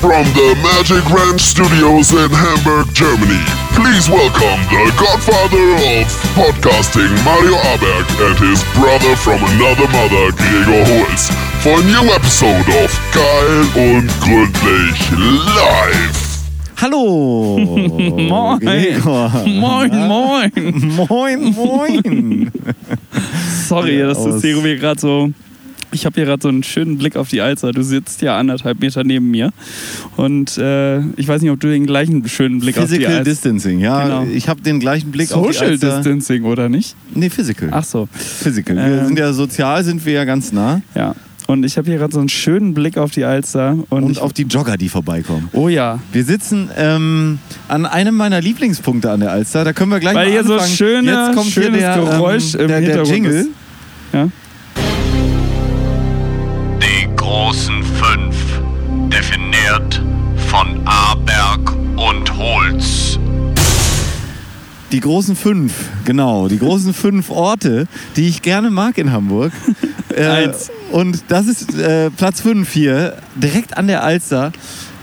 From the Magic Ranch Studios in Hamburg, Germany, please welcome the godfather of podcasting, Mario Aberg, and his brother from another mother, Gregor Holz, for a new episode of Geil und Gründlich Live. Hallo! Moin. Gregor. Moin, moin. Moin, moin! Sorry, Ja, das ist aus- hier gerade so. Ich habe hier gerade so einen schönen Blick auf die Alster. Du sitzt ja anderthalb Meter neben mir. Und äh, ich weiß nicht, ob du den gleichen schönen Blick Physical auf die Alster. Distancing, ja. Genau. Ich habe den gleichen Blick auf die Social Alster. Distancing, oder nicht? Nee, Physical. Ach so. Physical. Wir Ähm. sind ja sozial, sind wir ja ganz nah. Ja. Und ich habe hier gerade so einen schönen Blick auf die Alster. Und, Und ich, auf die Jogger, die vorbeikommen. Oh ja. Wir sitzen ähm, an einem meiner Lieblingspunkte an der Alster. Da können wir gleich Weil mal hier so anfangen. schöner- Jetzt kommt schönes hier der, ähm, Geräusch im der, der Hintergrund Jingle. ist. Ja. Die großen fünf, definiert von Aberg und Holz. Die großen fünf, genau. Die großen fünf Orte, die ich gerne mag in Hamburg. Äh, Eins. Und das ist äh, Platz fünf hier, direkt an der Alster,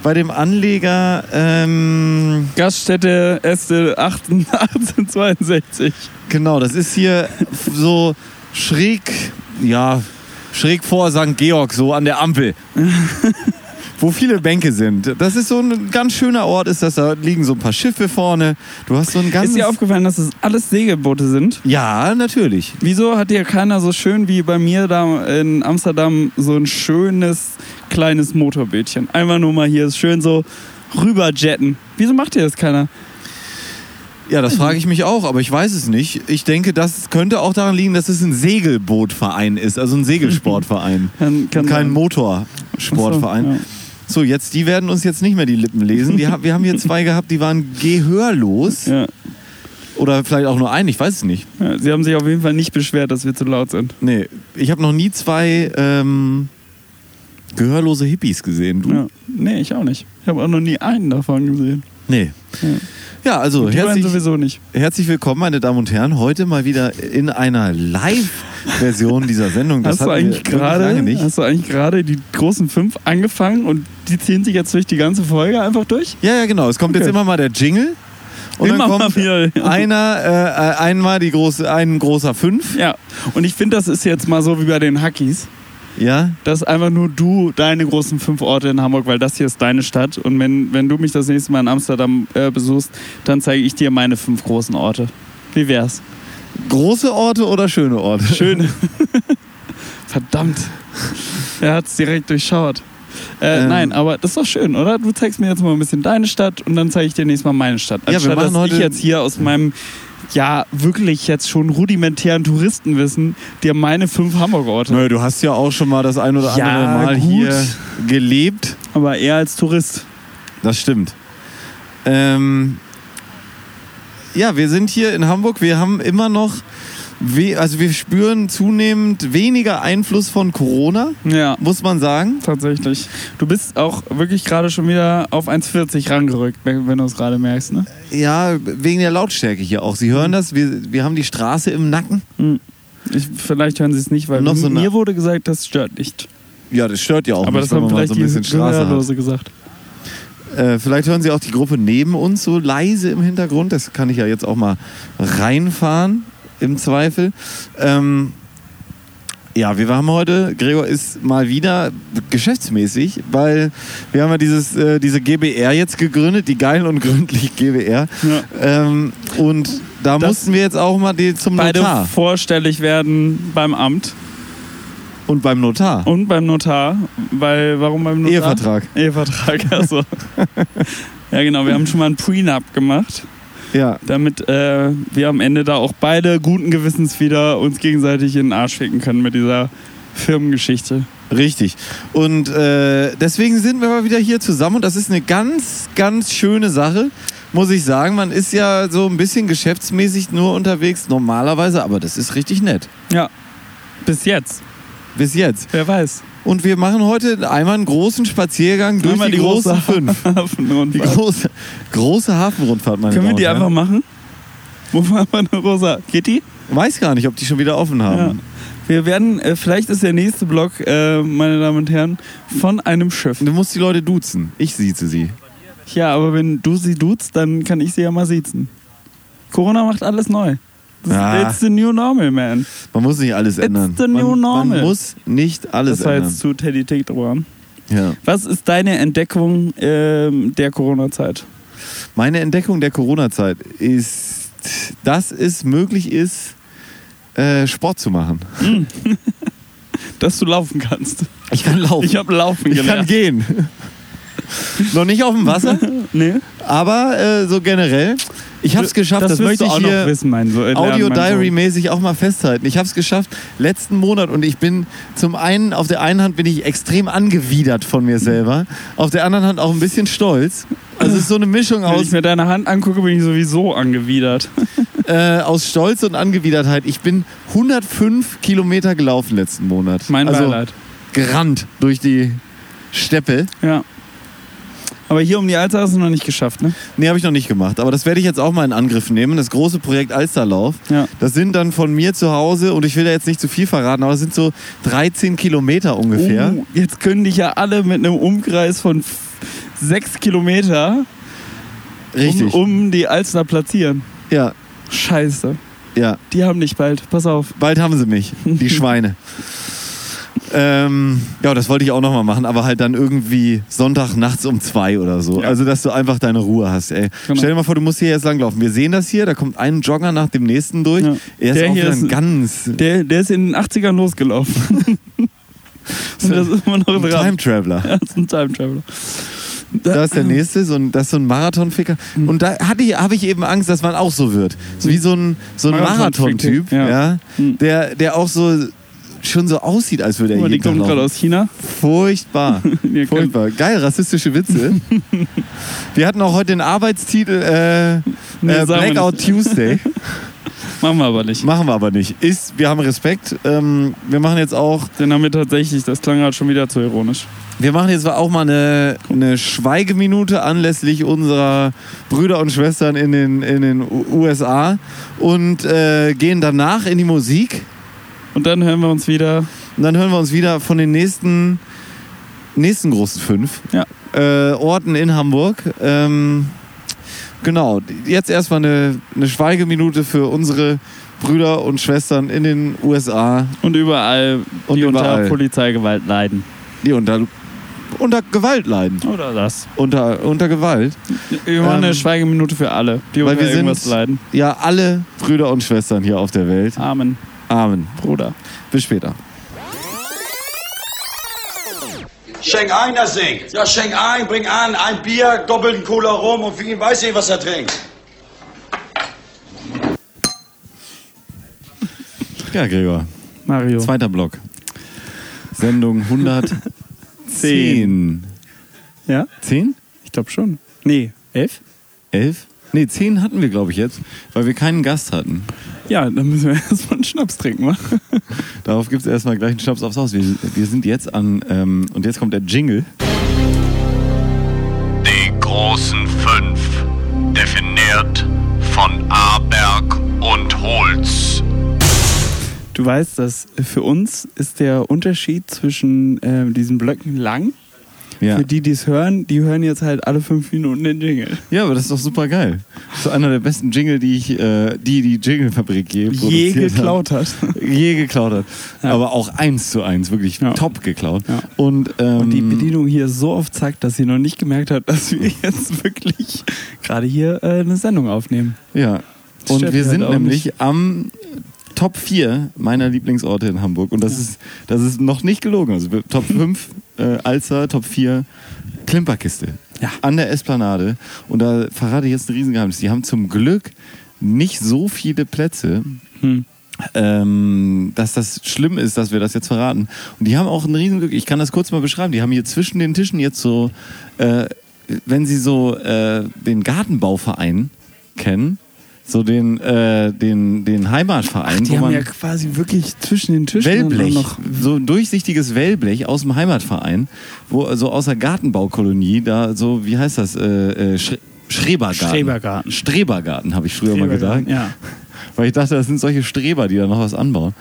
bei dem Anleger. Ähm, Gaststätte Este 18, 1862. genau, das ist hier so schräg, ja, schräg vor St. Georg, so an der Ampel. Wo viele Bänke sind. Das ist so ein ganz schöner Ort, ist das. Da liegen so ein paar Schiffe vorne. Du hast so ein ganz. Ist dir aufgefallen, dass das alles Segelboote sind? ja, natürlich. Wieso hat dir keiner so schön wie bei mir da in Amsterdam so ein schönes kleines Motorbötchen? Einfach nur mal hier schön so rüberjetten. Wieso macht dir das keiner? Ja, das frage ich mich auch, aber ich weiß es nicht. Ich denke, das könnte auch daran liegen, dass es ein Segelbootverein ist, also ein Segelsportverein. Kann- kann Kein sein. Motorsportverein. Ach So, so, ja. jetzt, die werden uns jetzt nicht mehr die Lippen lesen. Die, ha- wir haben hier zwei gehabt, die waren gehörlos. Ja. Oder vielleicht auch nur einen, ich weiß es nicht. Ja, Sie haben sich auf jeden Fall nicht beschwert, dass wir zu laut sind. Nee, ich habe noch nie zwei ähm, gehörlose Hippies gesehen. Du? Ja. Nee, ich auch nicht. Ich habe auch noch nie einen davon gesehen. Nee. Ja. Ja, also Die waren herzlich, sowieso nicht. Herzlich willkommen, meine Damen und Herren. Heute mal wieder in einer Live-Version dieser Sendung. Das Hast du, hatten wir eigentlich wirklich lange gerade, nicht. hast du eigentlich gerade die großen fünf angefangen und die ziehen sich jetzt durch die ganze Folge einfach durch? Ja, ja, genau. Es kommt jetzt Okay. immer mal der Jingle. Und Immer dann mal kommt wieder, ja. einer, äh, einmal die große, ein großer Fünf. Ja. Und ich finde, das ist jetzt mal so wie bei den Hackies. Ja. dass einfach nur du deine großen fünf Orte in Hamburg, weil das hier ist deine Stadt. Und wenn, wenn du mich das nächste Mal in Amsterdam äh, besuchst, dann zeige ich dir meine fünf großen Orte. Wie wär's? Große Orte oder schöne Orte? Schön. Verdammt. Er hat's direkt durchschaut. Äh, Ähm. Nein, aber das ist doch schön, oder? Du zeigst mir jetzt mal ein bisschen deine Stadt und dann zeige ich dir nächstes Mal meine Stadt. wir Anstatt, machen dass ich heute- jetzt hier aus meinem ja wirklich jetzt schon rudimentären Touristenwissen dir meine fünf Hamburger Orte. Nö, du hast ja auch schon mal das ein oder andere Ja, Mal gut. hier gelebt. Aber eher als Tourist. Das stimmt. Ähm, ja, wir sind hier in Hamburg. Wir haben immer noch, we also wir spüren zunehmend weniger Einfluss von Corona, Ja. muss man sagen. Tatsächlich. Du bist auch wirklich gerade schon wieder auf 1,40 rangerückt, wenn, wenn du es gerade merkst, ne? Ja, wegen der Lautstärke hier auch. Sie hören das, wir, wir haben die Straße im Nacken. Ich, vielleicht hören sie es nicht, weil Noch so eine- mir wurde gesagt, das stört nicht. Ja, das stört ja auch Aber nicht, das haben vielleicht so ein bisschen die Straße hat. Gehörlose gesagt. Äh, vielleicht hören Sie auch die Gruppe neben uns so leise im Hintergrund. Das kann ich ja jetzt auch mal reinfahren im Zweifel. Ähm, ja, wir haben heute, Gregor ist mal wieder geschäftsmäßig, weil wir haben ja dieses, äh, diese GBR jetzt gegründet, die geil und gründlich GBR. Ja. Ähm, und da Das- mussten wir jetzt auch mal die, zum Beide Notar vorstellig werden beim Amt und beim Notar. und beim Notar, weil warum beim Notar? Ehevertrag. Ehevertrag, also. ja genau, wir haben schon mal einen Prenup gemacht, Ja, damit äh, wir am Ende da auch beide guten Gewissens wieder uns gegenseitig in den Arsch ficken können mit dieser Firmengeschichte. Richtig. Und äh, deswegen sind wir mal wieder hier zusammen und das ist eine ganz, ganz schöne Sache, muss ich sagen. Man ist ja so ein bisschen geschäftsmäßig nur unterwegs normalerweise, aber das ist richtig nett. Ja, bis jetzt. Bis jetzt. Wer weiß. Und wir machen heute einmal einen großen Spaziergang durch Einmal die, großen große fünf. Die Hafenrundfahrt. große, große Hafenrundfahrt, meine Können wir Damen die und einfach Herren. machen? Wo war meine rosa? Geht die? Weiß gar nicht, ob die schon wieder offen haben. Wir werden, äh, vielleicht ist der nächste Block, äh, meine Damen und Herren, von einem Schiff. Du musst die Leute duzen. Ich sieze sie. Ja, aber wenn du sie duzt, dann kann ich sie ja mal siezen. Corona macht alles neu. Das Ah. It's the new normal, man. Man muss nicht alles ändern. the new man, normal. man muss nicht alles Das war ändern. jetzt zu Teddy Tickdrohan. Ja. Was ist deine Entdeckung ähm, der Corona-Zeit? Meine Entdeckung der Corona-Zeit ist, dass es möglich ist, äh, Sport zu machen. Dass du laufen kannst. Ich kann laufen. Oh. Ich habe laufen Ich kann gelernt. gehen. Noch nicht auf dem Wasser, nee. aber äh, so generell. Ich habe es geschafft, das, wirst möchte du ich auch hier noch wissen, mein so äh, Audio mein Sohn. Diary mäßig auch mal festhalten. Ich habe es geschafft letzten Monat und ich bin zum einen auf der einen Hand bin ich extrem angewidert von mir selber, auf der anderen Hand auch ein bisschen stolz. Also es ist so eine Mischung Wenn aus ich mir deine Hand angucke, bin ich sowieso angewidert. äh, aus Stolz und Angewidertheit. Ich bin 105 Kilometer gelaufen letzten Monat. Mein also Beileid. gerannt durch die Steppe. Ja. Aber hier um die Alster hast du noch nicht geschafft, ne? Nee, habe ich noch nicht gemacht. Aber das werde ich jetzt auch mal in Angriff nehmen. Das große Projekt Alsterlauf. Ja. Das sind dann von mir zu Hause, und ich will da jetzt nicht zu viel verraten, aber das sind so 13 Kilometer ungefähr. Oh, jetzt können dich ja alle mit einem Umkreis von f- sechs Kilometer um, Richtig. um die Alster platzieren. Ja, Scheiße. ja. Die haben dich bald. Pass auf. Bald haben sie mich, die Schweine. ähm, ja, das wollte ich auch nochmal machen, aber halt dann irgendwie Sonntag nachts um zwei oder so. Ja. Also, dass du einfach deine Ruhe hast, ey. Genau. Stell dir mal vor, du musst hier jetzt langlaufen. Wir sehen das hier, da kommt ein Jogger nach dem nächsten durch. Ja. Er ist Der auch hier wieder ist- ein ganz Der, der ist in den 80ern losgelaufen. Und das ist immer noch ein dran. Time-Traveler. Ja, das ist ein Time Traveler. Da ist der nächste, so ein, das ist so ein Marathonficker. Mhm. Und da hatte ich, habe ich eben Angst, dass man auch so wird. So wie so ein, so ein Marathonficker, Marathontyp, ja. Mhm. ja. der, der auch so schon so aussieht, als würde er Guck mal, die jeden Tag kommen gerade laufen. aus China. Furchtbar. Wir können- Furchtbar. Geil, rassistische Witze. Wir hatten auch heute den Arbeitstitel äh, Nee, äh, sagen wir Blackout Tuesday. Machen wir aber nicht. Machen wir aber nicht. Ist, wir haben Respekt. Ähm, wir machen jetzt auch, Den haben wir tatsächlich, das klang gerade schon wieder zu ironisch. wir machen jetzt auch mal eine, eine Schweigeminute anlässlich unserer Brüder und Schwestern in den, in den U- USA und äh, gehen danach in die Musik. Und dann hören wir uns wieder. Und dann hören wir uns wieder von den nächsten, nächsten großen fünf Ja. äh, Orten in Hamburg. Ähm, genau, jetzt erstmal eine, eine Schweigeminute für unsere Brüder und Schwestern in den USA, Und überall, Und die unter überall. Polizeigewalt leiden. die unter, unter Gewalt leiden. Oder das. Unter, unter Gewalt. Wir machen eine Ähm, Schweigeminute für alle, die weil unter wir sind- irgendwas leiden. Ja, alle Brüder und Schwestern hier auf der Welt. Amen, Amen. Bruder. Bis später. Schenk ein, das Ding. Ja, schenk ein, bring an, ein Bier, doppelten Cola rum und für ihn weiß ich, was er trinkt. Ja, Gregor. Mario. Zweiter Block. Sendung 110. Ja? 10? Ich glaube schon. Nee, elf? Elf? Nee, zehn hatten wir, glaube ich, jetzt, weil wir keinen Gast hatten. Ja, dann müssen wir erstmal einen Schnaps trinken, wa? Darauf gibt es erstmal gleich einen Schnaps aufs Haus. Wir, wir sind jetzt an, ähm, und jetzt kommt der Jingle. Die großen fünf, definiert von Aberg und Holz. Du weißt, dass für uns ist der Unterschied zwischen ähm, diesen Blöcken lang. Ja. Für die, die es hören, die hören jetzt halt alle fünf Minuten den Jingle. ja, aber das ist doch super geil. Das ist einer der besten Jingle, die ich, äh, die die Jingle-Fabrik je Je produziert geklaut hat. Hat. Je geklaut hat. Aber auch eins zu eins, wirklich Ja. top geklaut. Ja. Und, ähm, Und die Bedienung hier ist so auf Zack, dass sie noch nicht gemerkt hat, dass wir jetzt wirklich gerade hier äh, eine Sendung aufnehmen. Ja. Das Und stört wir mich sind halt auch nämlich am Top 4 meiner Lieblingsorte in Hamburg. Und das, ist, das ist noch nicht gelogen. Also wir- Top 5 äh, Alster, Top 4 Klimperkiste. Ja. An der Esplanade. Und da verrate ich jetzt ein Riesengeheimnis. Die haben zum Glück nicht so viele Plätze. Hm. Ähm, dass das schlimm ist, dass wir das jetzt verraten. Und die haben auch ein Riesenglück. Ich kann das kurz mal beschreiben. Die haben hier zwischen den Tischen jetzt so, äh, wenn sie so äh, den Gartenbauverein kennen, so den, äh, den, den Heimatverein, Die wo haben man ja quasi wirklich zwischen den Tischen dann auch Wellblech, noch. so ein durchsichtiges Wellblech aus dem Heimatverein, wo so aus der Gartenbaukolonie, da so, wie heißt das, äh, äh, Schre Schrebergarten. Strebergarten. Strebergarten habe ich früher mal gedacht Ja. weil ich dachte, das sind solche Streber, die da noch was anbauen.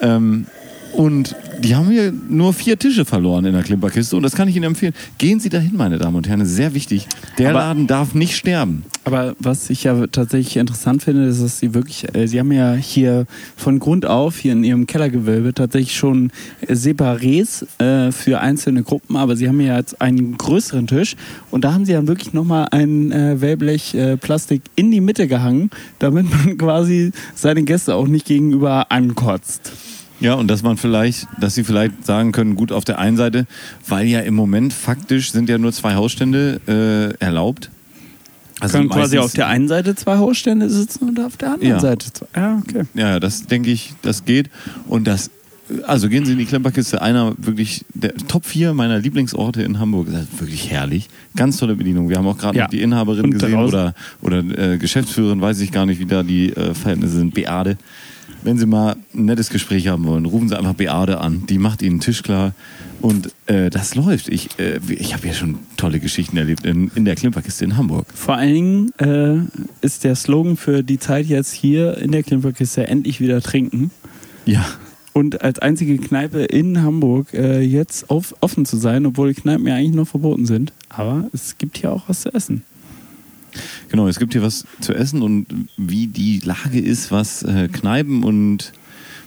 Ähm, Und die haben hier nur vier Tische verloren in der Klimperkiste. Und das kann ich Ihnen empfehlen. Gehen Sie dahin, meine Damen und Herren. Das ist sehr wichtig. Der Aber- Laden darf nicht sterben. Aber was ich ja tatsächlich interessant finde, ist, dass sie wirklich, äh, sie haben ja hier von Grund auf hier in ihrem Kellergewölbe tatsächlich schon äh, Separés äh, für einzelne Gruppen, aber sie haben ja jetzt einen größeren Tisch und da haben sie dann wirklich nochmal ein äh, Wellblech äh, Plastik in die Mitte gehangen, damit man quasi seine Gäste auch nicht gegenüber ankotzt. Ja, und dass man vielleicht, dass sie vielleicht sagen können, gut auf der einen Seite, weil ja im Moment faktisch sind ja nur zwei Hausstände äh, erlaubt. Also Können quasi meistens- auf der einen Seite zwei Hausstände sitzen und auf der anderen Ja. Seite zwei. Ja, okay. Ja, das denke ich, das geht. Und das, also gehen Sie in die Klemperkiste. Einer wirklich, der Top 4 meiner Lieblingsorte in Hamburg. Das ist wirklich herrlich. Ganz tolle Bedienung. Wir haben auch gerade Ja. noch die Inhaberin Und gesehen draußen- oder, oder äh, Geschäftsführerin, weiß ich gar nicht, wie da die äh, Verhältnisse sind. Beade. Wenn Sie mal ein nettes Gespräch haben wollen, rufen Sie einfach Beade an. Die macht Ihnen einen Tisch klar. Und äh, das läuft. Ich, äh, ich habe ja schon tolle Geschichten erlebt in, in der Klimperkiste in Hamburg. Vor allen Dingen äh, ist der Slogan für die Zeit jetzt hier in der Klimperkiste endlich wieder trinken. Ja. Und als einzige Kneipe in Hamburg äh, jetzt auf, offen zu sein, obwohl Kneipen ja eigentlich noch verboten sind. Aber es gibt hier auch was zu essen. Genau, es gibt hier was zu essen und wie die Lage ist, was äh, Kneipen und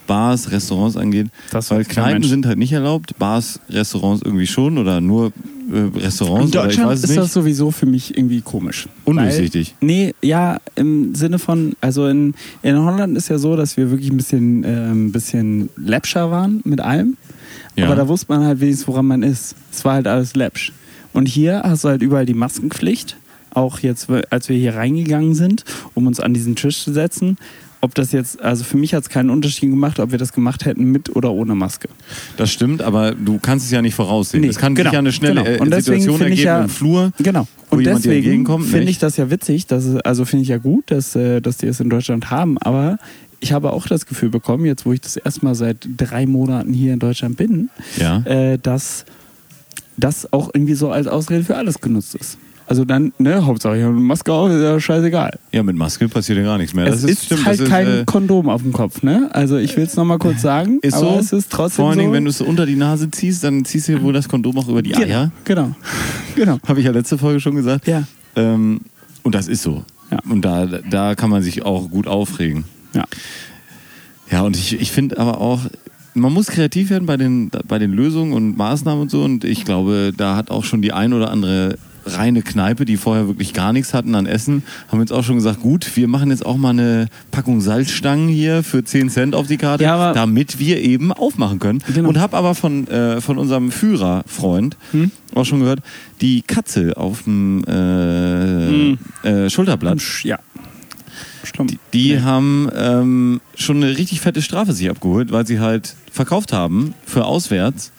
Bars, Restaurants angeht. Das Weil weiß kein Kneipen Mensch. sind halt nicht erlaubt, Bars, Restaurants irgendwie schon oder nur äh, Restaurants. In Deutschland oder ich weiß es ist nicht. das sowieso für mich irgendwie komisch. Undurchsichtig. Weil, nee, ja, im Sinne von, also in, in Holland ist ja so, dass wir wirklich ein bisschen, äh, ein bisschen läppscher waren mit allem. Ja. Aber da wusste man halt wenigstens, woran man ist. Es war halt alles läppsch. Und hier hast du halt überall die Maskenpflicht. Auch jetzt, als wir hier reingegangen sind, um uns an diesen Tisch zu setzen. Ob das jetzt, also für mich hat es keinen Unterschied gemacht, ob wir das gemacht hätten mit oder ohne Maske. Das stimmt, aber du kannst es ja nicht voraussehen. Nee, es kann genau, sich ja eine schnelle genau. äh, Und deswegen Situation finde ergeben ich ja- im Flur. Genau. Wo Und jemand dir deswegen entgegenkommt, finde ich nicht? das ja witzig, dass es, also finde ich ja gut, dass, äh, dass die es in Deutschland haben, aber ich habe auch das Gefühl bekommen, jetzt wo ich das erstmal seit drei Monaten hier in Deutschland bin, Ja. äh, dass das auch irgendwie so als Ausrede für alles genutzt ist. Also dann, ne, Hauptsache ich habe eine Maske auf, ist ja scheißegal. Ja, mit Maske passiert ja gar nichts mehr. das es ist, ist, stimmt. halt das ist, kein äh, Kondom auf dem Kopf, ne? Also ich will es nochmal kurz sagen, ist aber so. es ist trotzdem Vor allen Dingen, so. wenn du es so unter die Nase ziehst, dann ziehst du ja wohl das Kondom auch über die genau, Eier. genau, genau. Habe ich ja letzte Folge schon gesagt. Ja. Ähm, und das ist so. Ja. Und da, da kann man sich auch gut aufregen. Ja. Ja, und ich, ich finde aber auch, man muss kreativ werden bei den, bei den Lösungen und Maßnahmen und so. Und ich glaube, da hat auch schon die ein oder andere reine Kneipe, die vorher wirklich gar nichts hatten an Essen, haben jetzt auch schon gesagt, gut, wir machen jetzt auch mal eine Packung Salzstangen hier für 10 Cent auf die Karte, Ja, aber- damit wir eben aufmachen können. Genau. Und habe aber von, äh, von unserem Führerfreund Hm? auch schon gehört, die Katze auf dem äh, Hm. äh, Schulterblatt, Ja. Schlimm. die haben ähm, schon eine richtig fette Strafe sich abgeholt, weil sie halt verkauft haben für auswärts.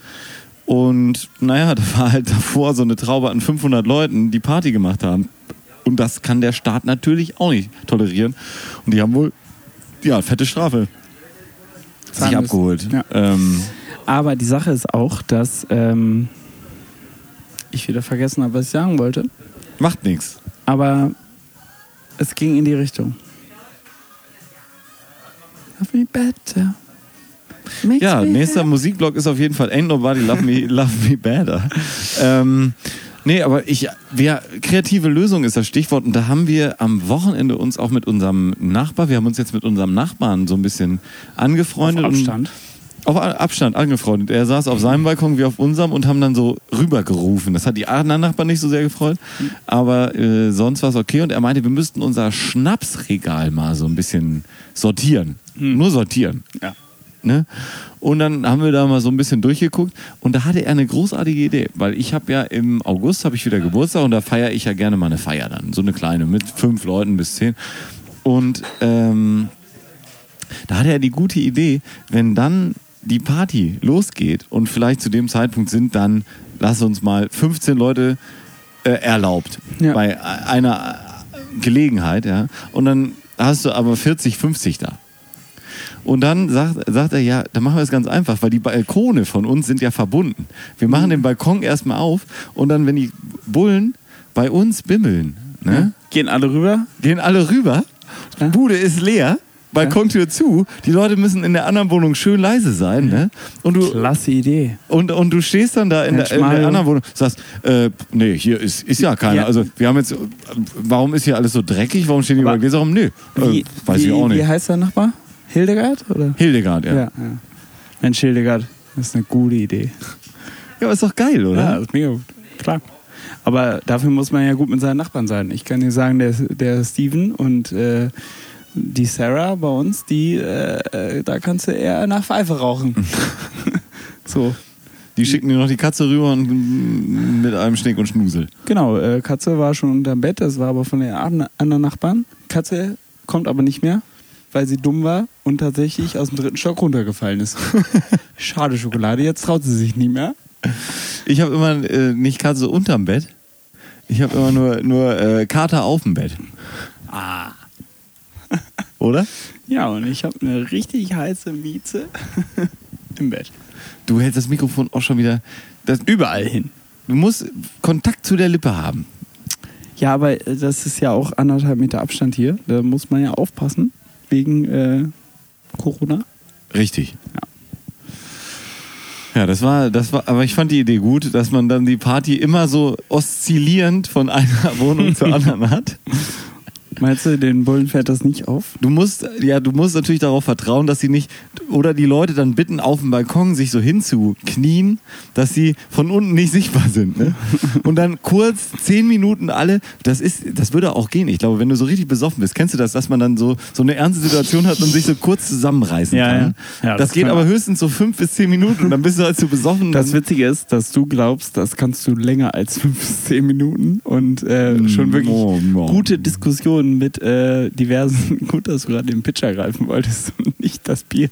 Und naja, da war halt davor so eine Traube an 500 Leuten, die Party gemacht haben. Und das kann der Staat natürlich auch nicht tolerieren. Und die haben wohl, ja, fette Strafe Zahlen sich müssen. abgeholt. Ja. Ähm, Aber die Sache ist auch, dass ähm, ich wieder vergessen habe, was ich sagen wollte. macht nichts. Aber es ging in die Richtung. Love me better. Makes Ja, me nächster happy. Musikblock ist auf jeden Fall Ain't Nobody Love Me, love me Better. Ähm, nee, aber ich, wir, kreative Lösung ist das Stichwort und da haben wir am Wochenende uns auch mit unserem Nachbar, wir haben uns jetzt mit unserem Nachbarn so ein bisschen angefreundet. Auf und- Abstand. Auf A- Abstand angefreundet. Er saß auf seinem Balkon, wir auf unserem und haben dann so rübergerufen. Das hat die anderen Nachbarn nicht so sehr gefreut, aber äh, sonst war es okay und er meinte, wir müssten unser Schnapsregal mal so ein bisschen sortieren. Hm. Nur sortieren. Ja. Ne? Und dann haben wir da mal so ein bisschen durchgeguckt und da hatte er eine großartige Idee, weil ich habe ja im August habe ich wieder Geburtstag und da feiere ich ja gerne mal eine Feier dann, so eine kleine mit fünf Leuten bis zehn. Und ähm, da hatte er die gute Idee, wenn dann die Party losgeht und vielleicht zu dem Zeitpunkt sind dann, lass uns mal 15 Leute äh, erlaubt Ja. bei einer Gelegenheit, ja. Und dann hast du aber 40, 50 da. Und dann sagt, sagt er, ja, dann machen wir es ganz einfach, weil die Balkone von uns sind ja verbunden. Wir machen den Balkon erstmal auf und dann, wenn die Bullen bei uns bimmeln, ne, Gehen alle rüber? gehen alle rüber, Ja. Bude ist leer, Balkontür zu. Die Leute müssen in der anderen Wohnung schön leise sein. Ne? Und, du, Klasse Idee. und, und du stehst dann da in, der, Mensch, in der Mario. anderen Wohnung sagst, äh, nee, hier ist, ist ja keiner. Ja. Also wir haben jetzt, äh, warum ist hier alles so dreckig? Warum stehen die Aber überall Gläser rum? Nö, äh, weiß wie, ich auch nicht. Wie heißt der Nachbar? Hildegard? Oder? Hildegard, ja. ja. Mensch, Hildegard, das ist eine gute Idee. aber ist doch geil, Ja, oder? ist mega gut. Klar. Aber dafür muss man ja gut mit seinen Nachbarn sein. Ich kann dir sagen, der, der Steven und äh, die Sarah bei uns, die, äh, äh, da kannst du eher nach Pfeife rauchen. so, Die schicken dir noch die Katze rüber und mm, mit einem Schnick und Schnusel. genau. Äh, Katze war schon unterm Bett, das war aber von den an- anderen Nachbarn. Katze kommt aber nicht mehr, weil sie dumm war und tatsächlich aus dem dritten Stock runtergefallen ist. Schade Schokolade, jetzt traut sie sich nicht mehr. Ich habe immer äh, nicht Katze unterm Bett. Ich habe immer nur, nur äh, Kater auf dem Bett. Ah. Oder? Ja, und ich habe eine richtig heiße Mieze im Bett. Du hältst das Mikrofon auch schon wieder das, überall hin. Du musst Kontakt zu der Lippe haben. Ja, aber äh, das ist ja auch anderthalb Meter Abstand hier. Da muss man ja aufpassen wegen äh, Corona. Richtig. Ja, das war, das war, aber ich fand die Idee gut, dass man dann die Party immer so oszillierend von einer Wohnung zur anderen hat. Meinst du, den Bullen fällt das nicht auf? Du musst, ja, du musst natürlich darauf vertrauen, dass sie nicht, oder die Leute dann bitten, auf dem Balkon sich so hinzuknien, dass sie von unten nicht sichtbar sind. Ne? Und dann kurz zehn Minuten alle, das ist, das würde auch gehen. Ich glaube, wenn du so richtig besoffen bist, kennst du das, dass man dann so, so eine ernste Situation hat und sich so kurz zusammenreißen Ja, kann. ja. Ja, das, das geht kann- aber höchstens so fünf bis zehn Minuten und dann bist du halt so besoffen. Das dann, Witzige ist, dass du glaubst, das kannst du länger als fünf bis zehn Minuten und äh, schon wirklich Oh, Mann. gute Diskussionen mit äh, diversen. Gut, dass du gerade den Pitcher greifen wolltest und nicht das Bier.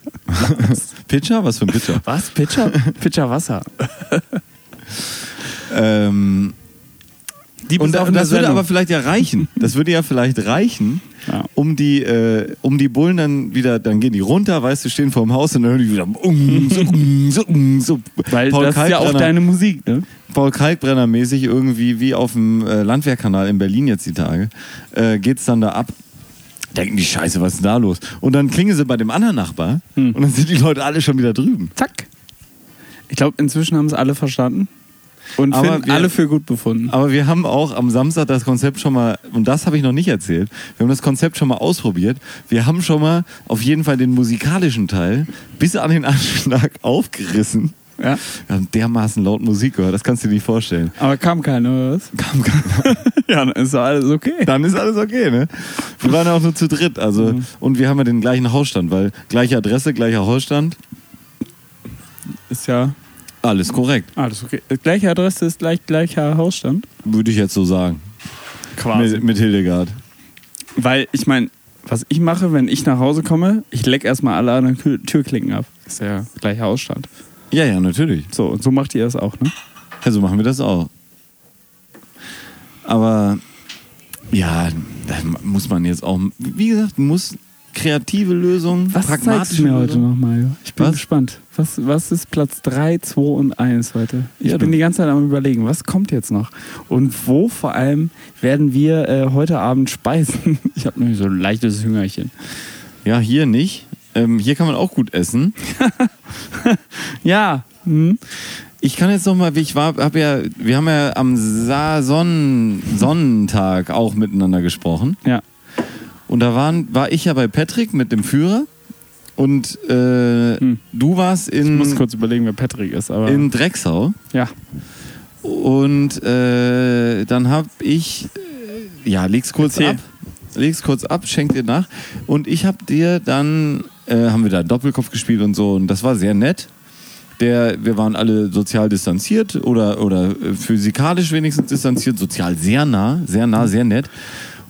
Pitcher? Was für ein Pitcher? Was? Pitcher? Pitcher Wasser. ähm, Die Und da, besoffene das würde Sendung. aber vielleicht ja reichen. Das würde ja vielleicht reichen, Ja. um die, äh, um die Bullen dann wieder, dann gehen die runter, weißt du, stehen vor dem Haus und dann hören die wieder um, so, um, so, um, so. Weil das ist ja auch deine Musik, ne? Paul Kalkbrenner mäßig irgendwie wie auf dem äh, Landwehrkanal in Berlin jetzt die Tage, äh, geht's dann da ab. Denken die Scheiße, was ist denn da los? Und dann klingen sie bei dem anderen Nachbar Hm. und dann sind die Leute alle schon wieder drüben. Zack. Ich glaube, inzwischen haben es alle verstanden und Aber finden wir- alle für gut befunden. Aber wir haben auch am Samstag das Konzept schon mal, und das habe ich noch nicht erzählt, wir haben das Konzept schon mal ausprobiert. Wir haben schon mal auf jeden Fall den musikalischen Teil bis an den Anschlag aufgerissen. Ja. Wir haben dermaßen laut Musik gehört, das kannst du dir nicht vorstellen. Aber kam keiner, oder was? Kam keiner. Ja, dann ist doch alles okay. Dann ist alles okay, ne? Wir waren ja auch nur zu dritt, also, und wir haben ja den gleichen Hausstand, weil gleiche Adresse, gleicher Hausstand, Ist ja alles korrekt, alles okay. Gleiche Adresse ist gleich gleicher Hausstand. würde ich jetzt so sagen. Quasi. Mit, mit Hildegard. Weil ich meine, was ich mache, wenn ich nach Hause komme, ich leck erstmal alle anderen Kü- Türklinken ab. Ist ja gleicher Hausstand. Ja, ja, natürlich. So, und so macht ihr das auch, ne? Also machen wir das auch. Aber ja, da muss man jetzt auch, wie gesagt, muss kreative Lösungen, Was zeigst pragmatische du mir heute Lösungen. noch, Mario? Ich bin Was? gespannt. Was, was ist Platz 3, 2 und 1 heute? Ich Ja, bin du. die ganze Zeit am überlegen, was kommt jetzt noch? Und wo vor allem werden wir äh, heute Abend speisen? Ich habe nämlich so ein leichtes Hüngerchen. Ja, hier nicht. Ähm, hier kann man auch gut essen. Ja, hm. Ich kann jetzt noch mal, ich war, hab ja, wir haben ja am Sa Sonnen Sonnentag auch miteinander gesprochen. ja. Und da waren, war ich ja bei Patrick mit dem Führer und äh, Hm. du warst Ich muss in, kurz überlegen, wer Patrick ist, aber in Drecksau. ja. Und äh, dann hab ich, äh, ja, leg's kurz Erzähl. ab, leg's kurz ab, schenk dir nach. Und ich hab dir dann, äh, haben wir da Doppelkopf gespielt und so, und das war sehr nett. Der, wir waren alle sozial distanziert oder, oder äh, physikalisch wenigstens distanziert, sozial sehr nah, sehr nah, sehr nett.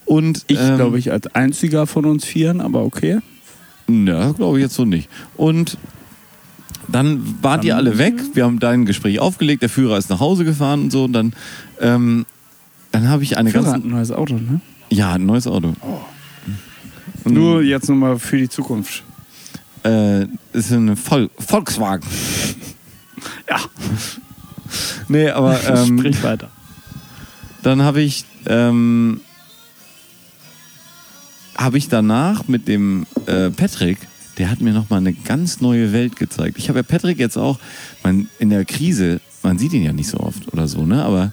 Und Ich ähm, glaube ich als einziger von uns Vieren, aber okay. na, glaube ich jetzt so nicht. Und dann wart ihr alle weg. Wir haben dein Gespräch aufgelegt. Der Führer ist nach Hause gefahren und so. Und dann, ähm, dann habe ich eine Führer hat ganze. ein neues Auto, ne? Ja, ein neues Auto. Nur jetzt nochmal für die Zukunft. Äh, ist ein Vol Volkswagen. Ja, Nee, aber ähm, sprich weiter. dann habe ich. Ähm, habe ich danach mit dem äh, Patrick, der hat mir nochmal eine ganz neue Welt gezeigt. Ich habe ja Patrick jetzt auch, man, in der Krise, man sieht ihn ja nicht so oft oder so, ne? Aber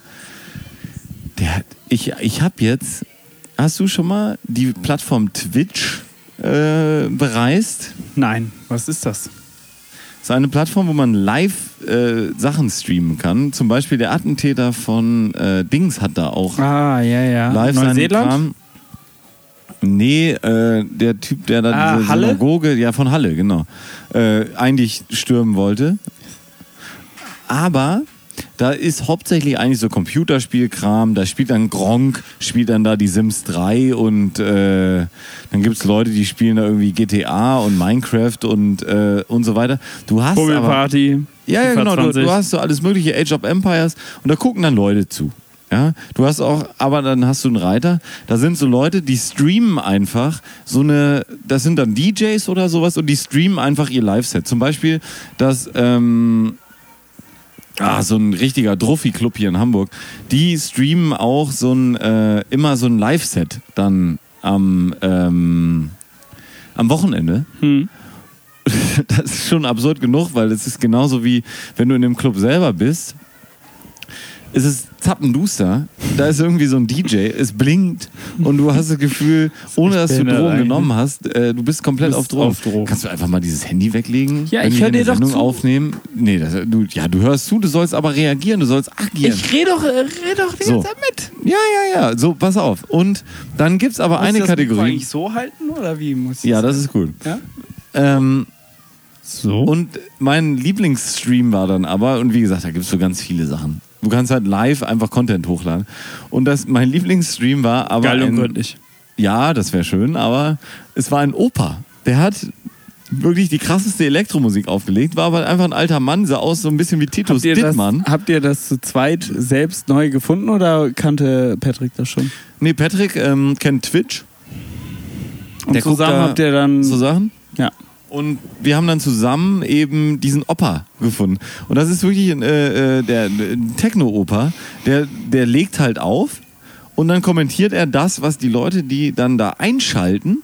der hat, ich, ich habe jetzt, hast du schon mal die Plattform Twitch äh, bereist? Nein, was ist das? ist eine Plattform, wo man live äh, Sachen streamen kann. Zum Beispiel der Attentäter von äh, Dings hat da auch Ah, ja, ja. live seinen Kram. Nee, äh, der Typ, der da Ah, diese Halle? Synagoge, ja von Halle, genau, äh, eigentlich stürmen wollte. Aber da ist hauptsächlich eigentlich so Computerspielkram, da spielt dann Gronk, spielt dann da die Sims 3 und äh, dann gibt es Leute, die spielen da irgendwie GTA und Minecraft und, äh, und so weiter. Du hast aber, Kugelparty. ja, ja, FIFA genau. Du, 20. du hast so alles mögliche, Age of Empires und da gucken dann Leute zu. Ja, du hast auch, aber dann hast du einen Reiter, da sind so Leute, die streamen einfach so eine, das sind dann DJs oder sowas und die streamen einfach ihr Live-Set. Zum Beispiel das, ähm, ah, so ein richtiger Druffi-Club hier in Hamburg, die streamen auch so ein, äh, immer so ein Live-Set dann am, ähm, am Wochenende Hm. das ist schon absurd genug, weil es ist genauso wie, wenn du in dem Club selber bist, es ist zappenduster, da ist irgendwie so ein DJ, es blinkt und du hast das Gefühl, ohne dass du bin da Drogen rein. genommen hast, äh, du bist komplett Bist auf, Drogen. auf Drogen. Kannst du einfach mal dieses Handy weglegen? Ja, wenn ich wir hör dir eine doch Sendung zu. aufnehmen. Nee, das, du, ja, du hörst zu, du sollst aber reagieren, du sollst agieren. Ich rede doch, äh, red doch die So. ganze Zeit mit. ja, ja, ja, so, pass auf. Und dann gibt es aber Muss ich eine das Mikro Kategorie. eigentlich so halten oder wie muss ich Ja, das ist cool. Ja? Ähm, so. Und mein Lieblingsstream war dann aber, und wie gesagt, da gibt es so ganz viele Sachen. Du kannst halt live einfach Content hochladen. Und das, mein Lieblingsstream war aber. geil und ein- gründlich. Ja, das wäre schön, aber es war ein Opa. Der hat wirklich die krasseste Elektromusik aufgelegt, war aber halt einfach ein alter Mann, sah aus so ein bisschen wie Titus Habt ihr, das, Dittmann. habt ihr das zu zweit selbst neu gefunden oder kannte Patrick das schon? Nee, Patrick ähm, kennt Twitch. Und Der guckt zusammen da habt ihr dann. So Sachen. ja. Und wir haben dann zusammen eben diesen Opa gefunden. Und das ist wirklich ein, äh, äh, der ein Techno-Opa, der, der legt halt auf und dann kommentiert er das, was die Leute, die dann da einschalten,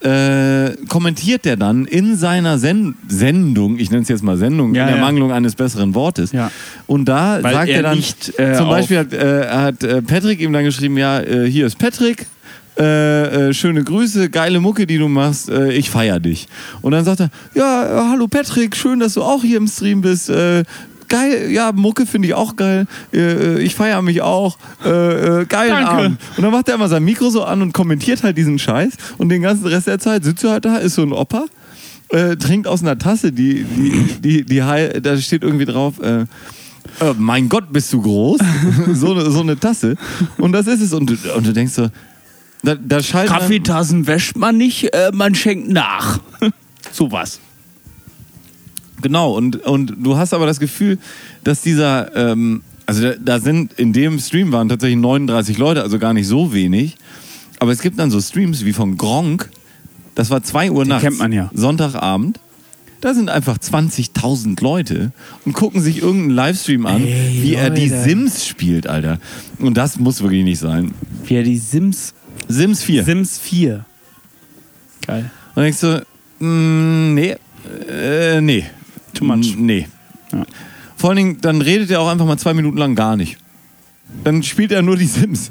äh, kommentiert er dann in seiner Sen Sendung, ich nenne es jetzt mal Sendung, Ja, in der ja. Mangelung eines besseren Wortes. Ja. Und da Weil sagt er, er dann, nicht, äh, zum auf- Beispiel hat, äh, hat äh, Patrick ihm dann geschrieben, ja, äh, hier ist Patrick, äh, äh, schöne Grüße, geile Mucke, die du machst, äh, ich feier dich. Und dann sagt er, ja, äh, hallo Patrick, schön, dass du auch hier im Stream bist. Äh, Geil, ja, Mucke finde ich auch geil. Äh, äh, ich feiere mich auch. Äh, äh, geilen Danke. Abend. Und dann macht er immer sein Mikro so an und kommentiert halt diesen Scheiß. Und den ganzen Rest der Zeit sitzt er halt da, ist so ein Opa, äh, trinkt aus einer Tasse, die, die, die, die, hei- da steht irgendwie drauf, äh, äh, mein Gott, bist du groß? so, eine- so eine Tasse. Und das ist es. Und, du- und du denkst so, da, da schaltet man- Kaffeetassen wäscht man nicht, äh, man schenkt nach. Sowas. Genau, und, und du hast aber das Gefühl, dass dieser, ähm, also da, da sind, in dem Stream waren tatsächlich 39 Leute, also gar nicht so wenig. Aber es gibt dann so Streams wie von Gronk, das war 2 Uhr nachts, kennt man ja. Sonntagabend. Da sind einfach 20.000 Leute und gucken sich irgendeinen Livestream an, Ey, wie er die Leute. Sims spielt, Alter. Und das muss wirklich nicht sein. Wie ja, die Sims. Sims 4. Sims 4. Geil. Und dann denkst du, mm, nee, äh, nee. Too much. Mm, Nee. Ja. Vor allen Dingen, dann redet er auch einfach mal zwei Minuten lang gar nicht. Dann spielt er nur die Sims.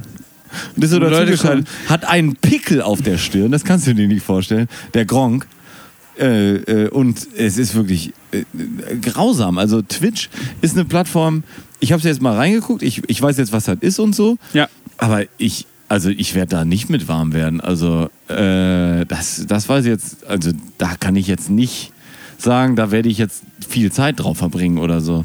Und ist so Und Leute dazugeschaltet. Hat einen Pickel auf der Stirn, das kannst du dir nicht vorstellen. Der Gronk. Äh, äh, und es ist wirklich äh, äh, grausam. Also Twitch ist eine Plattform, ich habe jetzt mal reingeguckt, ich, ich weiß jetzt, was das ist und so. Ja. Aber ich, also ich werde da nicht mit warm werden. Also äh, das, das weiß ich jetzt, also da kann ich jetzt nicht sagen, da werde ich jetzt viel Zeit drauf verbringen oder so.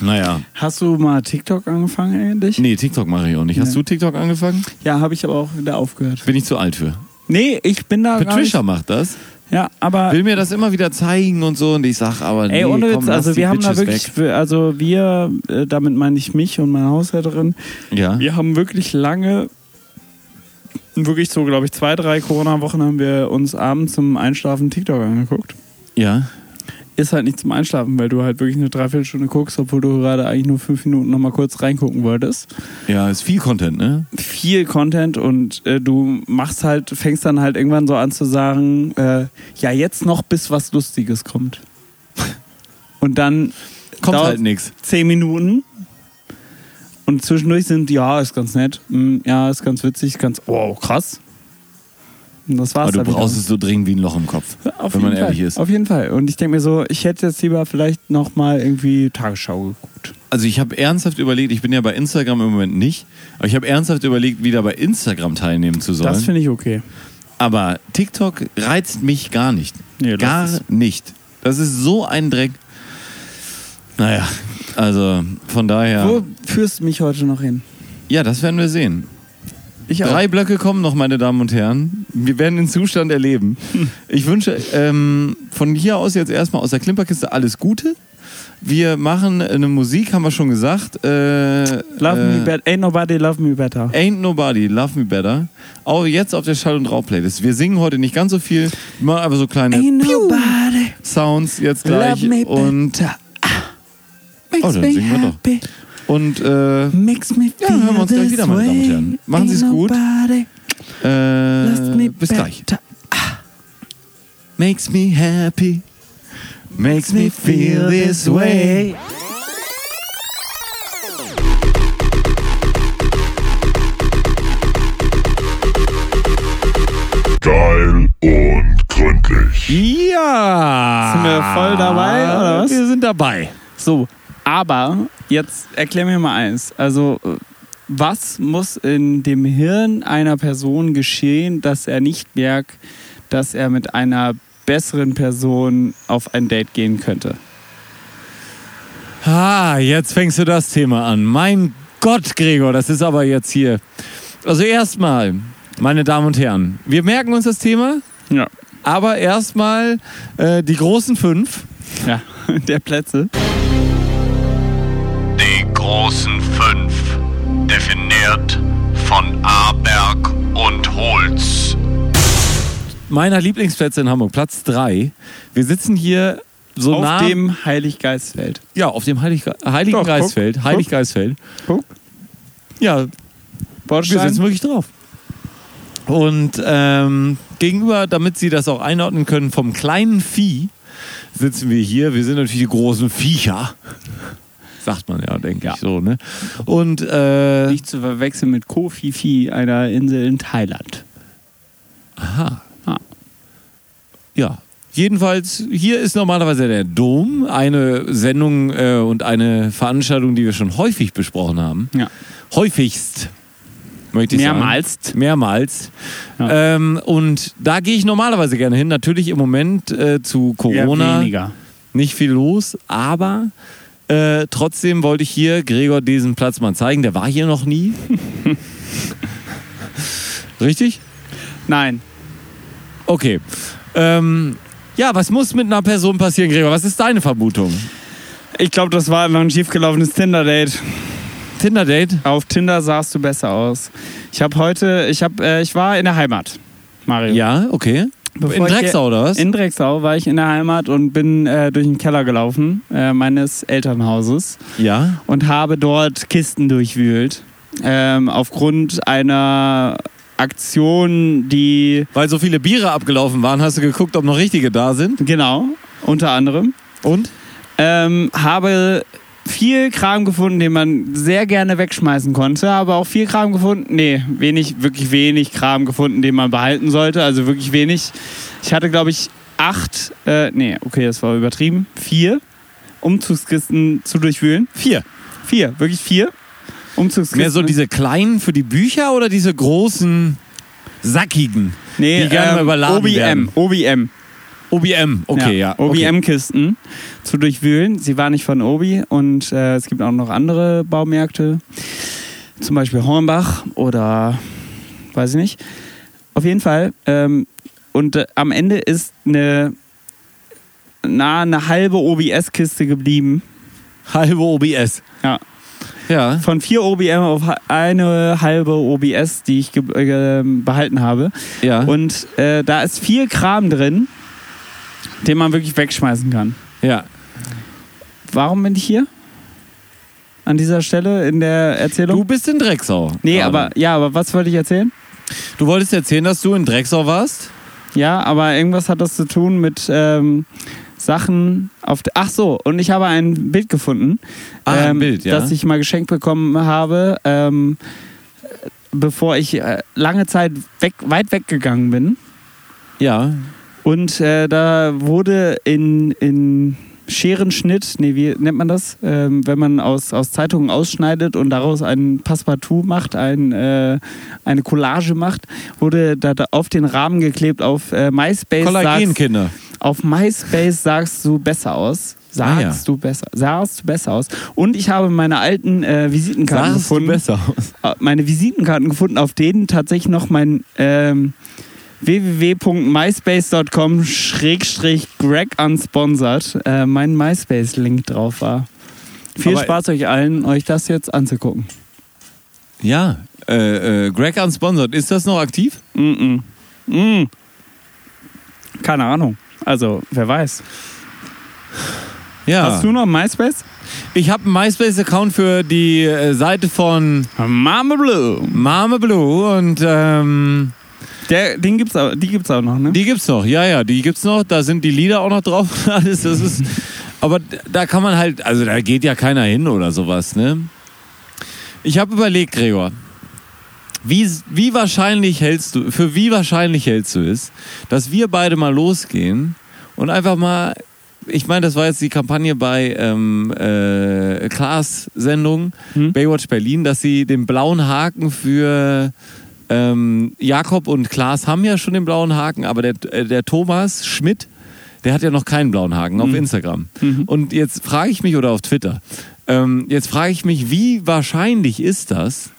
Naja. Hast du mal TikTok angefangen eigentlich? Nee, TikTok mache ich auch nicht. Hast Nee. du TikTok angefangen? Ja, habe ich aber auch wieder aufgehört. Bin ich zu alt für. Nee, ich bin da gar nicht. Patricia macht das. Ja, aber Will mir das immer wieder zeigen und so. Und ich sag aber, nee, Ey, ohne komm, Witz, lass also die wir haben da Bitches wirklich, wir- also wir, äh, damit meine ich mich und meine Haushälterin, Weg. Ja. wir haben wirklich lange, wirklich so, glaube ich, zwei, drei Corona-Wochen haben wir uns abends zum Einschlafen TikTok angeguckt. ja. ist halt nicht zum Einschlafen, weil du halt wirklich eine Dreiviertelstunde guckst, obwohl du gerade eigentlich nur fünf Minuten nochmal kurz reingucken wolltest. Ja, ist viel Content, ne? viel Content und äh, du machst halt, fängst dann halt irgendwann so an zu sagen, äh, ja, jetzt noch bis was Lustiges kommt. Und dann Kommt dauert halt nix. Zehn Minuten. Und zwischendurch sind, ja, ist ganz nett, hm, ja, ist ganz witzig, ganz, wow, krass. Und das war's Aber du dann wieder. brauchst es so dringend wie ein Loch im Kopf, Auf wenn man jeden Fall. ehrlich ist. Auf jeden Fall. Und ich denke mir so, ich hätte jetzt lieber vielleicht nochmal irgendwie Tagesschau geguckt. Also ich habe ernsthaft überlegt, ich bin ja bei Instagram im Moment nicht, aber ich habe ernsthaft überlegt, wieder bei Instagram teilnehmen zu Das sollen. finde ich okay. Aber TikTok reizt mich gar nicht. Nee, das gar ist- nicht. Das ist so ein Dreck. Naja, also von daher. Wo führst du mich heute noch hin? Ja, das werden wir sehen. Ich auch. Drei Blöcke kommen noch, meine Damen und Herren. Wir werden den Zustand erleben. Hm. Ich wünsche ähm, von hier aus jetzt erstmal aus der Klimperkiste alles Gute. Wir machen eine Musik, haben wir schon gesagt. Äh, Love äh, me better. Ain't nobody love me better. Ain't Nobody, Love Me Better. Auch jetzt auf der Schall- und Rauch-Playlist. Wir singen heute nicht ganz so viel, wir machen aber so kleine nobody Sounds jetzt gleich. Love me und Oh, dann singen wir doch. und äh, Makes me Ja, dann hören wir uns gleich wieder, meine Damen und Herren. Machen Sie's gut. äh, bis gleich. Makes me happy, makes me feel this way. Geil und gründlich. Ja! Sind wir voll dabei, oder was? Wir sind dabei. So, aber jetzt erklär mir mal eins. Also, äh, was muss in dem Hirn einer Person geschehen, dass er nicht merkt, dass er mit einer besseren Person auf ein Date gehen könnte? Ah, jetzt fängst du das Thema an. Mein Gott, Gregor, das ist aber jetzt hier. Also erstmal, meine Damen und Herren, wir merken uns das Thema, Ja. aber erstmal äh, die großen fünf. Ja, der Plätze. Die großen fünf, definiert von Aberg und Holz. Meiner Lieblingsplätze in Hamburg, Platz drei. Wir sitzen hier so nah Auf dem Heiliggeistfeld. ja, auf dem Heilig Heiligen Doch, guck, Geistfeld. guck. Heiliggeistfeld. Guck. Ja, wir Bordstein. sitzen wirklich drauf. Und ähm, gegenüber, damit Sie das auch einordnen können, vom kleinen Vieh sitzen wir hier. Wir sind natürlich die großen Viecher. Sagt man ja, denke ich so. Ne? Und äh, Nicht zu verwechseln mit Kofi Fi, einer Insel in Thailand. ja, jedenfalls, hier ist normalerweise der Dom, eine Sendung äh, und eine Veranstaltung, die wir schon häufig besprochen haben. Ja. Häufigst. Möchte ich Mehrmals. Sagen. Mehrmals. Ja. Ähm, und da gehe ich normalerweise gerne hin. Natürlich im Moment äh, zu Corona. Corona nicht viel los, aber äh, trotzdem wollte ich hier Gregor diesen Platz mal zeigen. Der war hier noch nie. Richtig? Nein. Okay. Ähm, ja, was muss mit einer Person passieren, Gregor? Was ist deine Vermutung? Ich glaube, das war einfach ein schiefgelaufenes Tinder-Date. Tinder-Date? Auf Tinder sahst du besser aus. Ich habe heute, ich habe, äh, ich war in der Heimat, Mario. Ja, okay. Bevor in ich Drecksau, hier- oder was? In Drecksau war ich in der Heimat und bin äh, durch den Keller gelaufen äh, meines Elternhauses ja. und habe dort Kisten durchwühlt. Ähm, aufgrund einer Aktion, die Weil so viele Biere abgelaufen waren, hast du geguckt, ob noch richtige da sind. genau unter anderem Und? ähm, habe viel Kram gefunden, den man sehr gerne wegschmeißen konnte, aber auch viel Kram gefunden, nee, wenig, wirklich wenig Kram gefunden, den man behalten sollte, also wirklich wenig. Ich hatte, glaube ich, acht, äh, nee, okay, das war übertrieben, vier Umzugskisten zu durchwühlen. Vier. Vier, wirklich vier Umzugskisten. Mehr so diese kleinen für die Bücher oder diese großen sackigen? nee, ähm, die gerne mal überladen OBM, werden. OBM. OBM, okay, ja. okay. OBM-Kisten zu durchwühlen. Sie war nicht von Obi und äh, es gibt auch noch andere Baumärkte, zum Beispiel Hornbach oder weiß ich nicht. Auf jeden Fall. Ähm, und äh, am Ende ist eine na eine halbe OBS-Kiste geblieben. Halbe OBS. Ja. Ja. Von vier OBM auf ha- eine halbe OBS, die ich ge- äh, behalten habe. Ja. Und äh, da ist viel Kram drin, den man wirklich wegschmeißen kann. Ja. Warum bin ich hier? An dieser Stelle in der Erzählung? Du bist in Drecksau. nee, gerade. aber ja, aber was wollte ich erzählen? Du wolltest erzählen, dass du in Drecksau warst? Ja, aber irgendwas hat das zu tun mit ähm, Sachen auf. d- Ach so, und ich habe ein Bild gefunden, ähm, Ah, ein Bild, ja. das ich mal geschenkt bekommen habe, ähm, bevor ich äh, lange Zeit weg, weit weggegangen bin. Ja. Und äh, da wurde in, in Scherenschnitt, nee, wie nennt man das? Ähm, wenn man aus, aus Zeitungen ausschneidet und daraus ein Passepartout macht, ein, äh, eine Collage macht, wurde da, da auf den Rahmen geklebt, auf äh, MySpace sagst, Kollagenkinder. auf MySpace sagst du besser aus. Sagst Ah, ja. du besser, sahst du besser aus. Und ich habe meine alten äh, Visitenkarten Sahst du gefunden besser aus. äh, meine Visitenkarten gefunden, auf denen tatsächlich noch mein ähm, www.myspace.com schrägstrich Greg unsponsored äh, mein MySpace-Link drauf war. Viel Aber- Spaß euch allen, euch das jetzt anzugucken. Ja. Äh, äh, Greg Unsponsored, ist das noch aktiv? Mm -mm. Mm. Keine Ahnung. Also, wer weiß. Ah. Ja. Hast du noch MySpace? ich habe einen MySpace-Account für die äh, Seite von Mama Blue. Mame Blue und ähm, Der, den gibt's auch, die gibt's auch noch, ne? Die gibt's noch, ja, ja, die gibt's noch. Da sind die Lieder auch noch drauf und alles. Das ist, aber da kann man halt, also da geht ja keiner hin oder sowas, ne? Ich habe überlegt, Gregor, wie, wie wahrscheinlich hältst du, für wie wahrscheinlich hältst du es, dass wir beide mal losgehen und einfach mal, ich meine, das war jetzt die Kampagne bei ähm, äh, Klaas-Sendung, Baywatch Berlin, dass sie den blauen Haken für ähm, Jakob und Klaas haben ja schon den blauen Haken, aber der, äh, der Thomas Schmidt, der hat ja noch keinen blauen Haken auf Instagram. Und jetzt frage ich mich, oder auf Twitter, ähm, jetzt frage ich mich, wie wahrscheinlich ist das,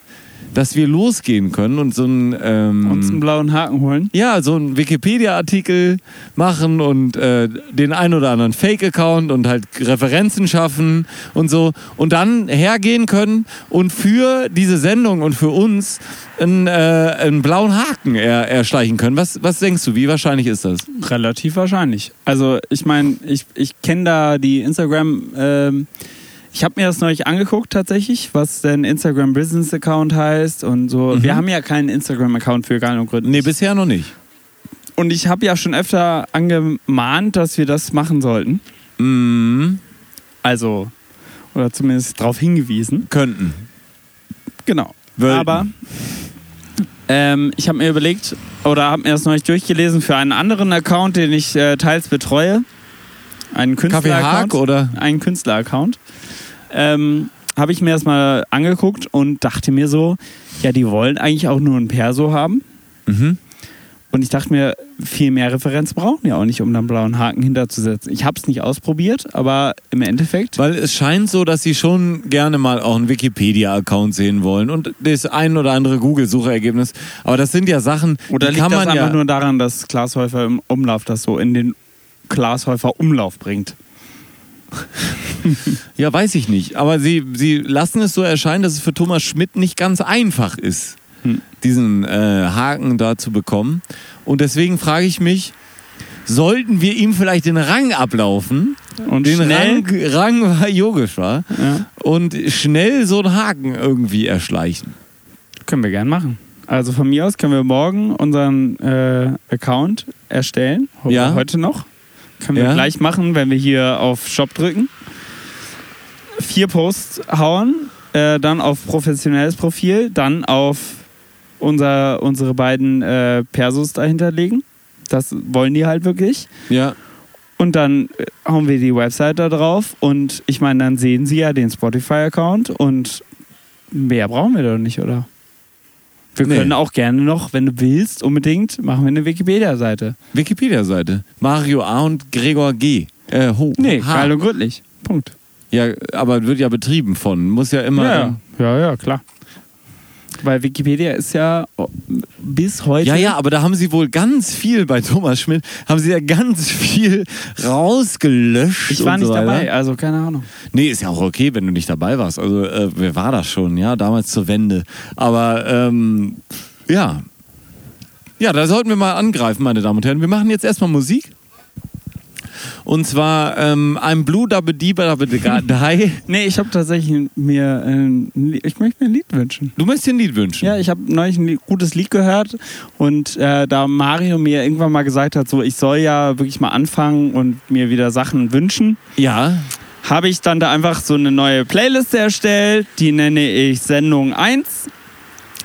dass wir losgehen können und so ein... Ähm, Uns einen blauen Haken holen. ja, so einen Wikipedia-Artikel machen und äh, den ein oder anderen Fake-Account und halt Referenzen schaffen und so. Und dann hergehen können und für diese Sendung und für uns einen, äh, einen blauen Haken er, erschleichen können. Was, was denkst du, wie wahrscheinlich ist das? Relativ wahrscheinlich. Also ich meine, ich, ich kenne da die Instagram, ähm, ich habe mir das neulich angeguckt tatsächlich, was denn Instagram Business Account heißt und so. Wir haben ja keinen Instagram Account für Egal und Gründen. Mhm. Nee, bisher noch nicht. und ich habe ja schon öfter angemahnt, dass wir das machen sollten. Mhm. Also, oder zumindest darauf hingewiesen. Könnten. Genau. Wollten. Aber ähm, ich habe mir überlegt oder habe mir das neulich durchgelesen für einen anderen Account, den ich äh, teils betreue. Einen Kaffee Haag Künstler-Account. oder? einen Künstler-Account. Ähm, habe ich mir das mal angeguckt und dachte mir so, ja, die wollen eigentlich auch nur ein Perso haben. Mhm. Und ich dachte mir, viel mehr Referenz brauchen die auch nicht, um dann blauen Haken hinterzusetzen. Ich habe es nicht ausprobiert, aber im Endeffekt. Weil es scheint so, dass sie schon gerne mal auch einen Wikipedia-Account sehen wollen und das ein oder andere Google-Suchergebnis. Aber das sind ja Sachen, Oder die liegt kann das man einfach ja nur daran, dass Glashäufer im Umlauf das so in den Glashäufer Umlauf bringt? Ja, weiß ich nicht. Aber sie, sie lassen es so erscheinen, dass es für Thomas Schmidt nicht ganz einfach ist, Hm. diesen äh, Haken da zu bekommen. Und deswegen frage ich mich, sollten wir ihm vielleicht den Rang ablaufen? Und Den schnell, Rang, Rang war Yogeshwar. Ja. Und schnell so einen Haken irgendwie erschleichen. Können wir gern machen. Also von mir aus können wir morgen unseren äh, Account erstellen. Ho- Ja. Heute noch. Können wir Ja. gleich machen, wenn wir hier auf Shop drücken. Vier Posts hauen, äh, dann auf professionelles Profil, dann auf unser, unsere beiden äh, Persos dahinter legen. Das wollen die halt wirklich. Ja. Und dann äh, hauen wir die Website da drauf und ich meine, dann sehen sie ja den Spotify-Account und mehr brauchen wir doch nicht, oder? Wir Nee. können auch gerne noch, wenn du willst, unbedingt, machen wir eine Wikipedia-Seite. Wikipedia-Seite. Mario A. und Gregor G. Äh, ho. Nee, Ha. geil und gründlich. Punkt. Ja, aber wird ja betrieben von. Muss ja immer. Ja, ja, ja, klar. Weil Wikipedia ist ja oh, bis heute. Ja, ja, aber da haben sie wohl ganz viel bei Thomas Schmidt, haben sie ja ganz viel rausgelöscht. Ich war und nicht so weiter. dabei, also keine Ahnung. Nee, ist ja auch okay, wenn du nicht dabei warst. Also, äh, wer war das schon? Ja, damals zur Wende. Aber, ähm, ja. Ja, da sollten wir mal angreifen, meine Damen und Herren. Wir machen jetzt erstmal Musik. Und zwar ähm, I'm Blue Dabbe Diebe Dabbe Die. Nee, ich habe tatsächlich mir, äh, ein Lied- ich möchte mir ein Lied wünschen. Du möchtest dir ein Lied wünschen? Ja, ich habe neulich ein Lied- gutes Lied gehört und äh, da Mario mir irgendwann mal gesagt hat, so ich soll ja wirklich mal anfangen und mir wieder Sachen wünschen, Ja. habe ich dann da einfach so eine neue Playlist erstellt, die nenne ich Sendung 1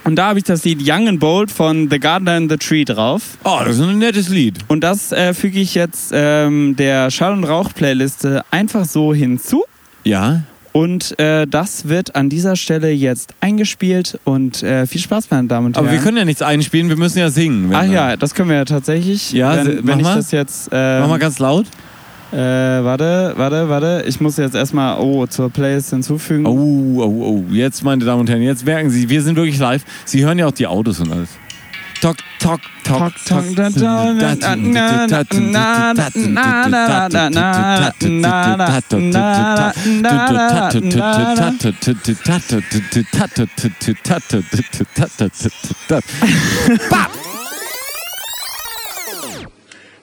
und da habe ich das Lied Young and Bold von The Gardener in the Tree drauf. Oh, das ist ein nettes Lied. Und das äh, füge ich jetzt ähm, der Schall- und Rauch-Playliste einfach so hinzu. Ja. Und äh, das wird an dieser Stelle jetzt eingespielt und äh, viel Spaß, meine Damen und Aber Herren. wir können ja nichts einspielen, wir müssen ja singen. wenn Ach dann. ja, das können wir ja tatsächlich. Ja, se- wenn, mach wenn ich mal. das jetzt. ähm, Mach mal ganz laut. äh, warte, warte, warte. Ich muss jetzt erstmal oh, zur Playlist hinzufügen. Oh, oh, oh. Jetzt, meine Damen und Herren, jetzt merken Sie, wir sind wirklich live. Sie hören ja auch die Autos und alles. Tok, tok, tok, tok.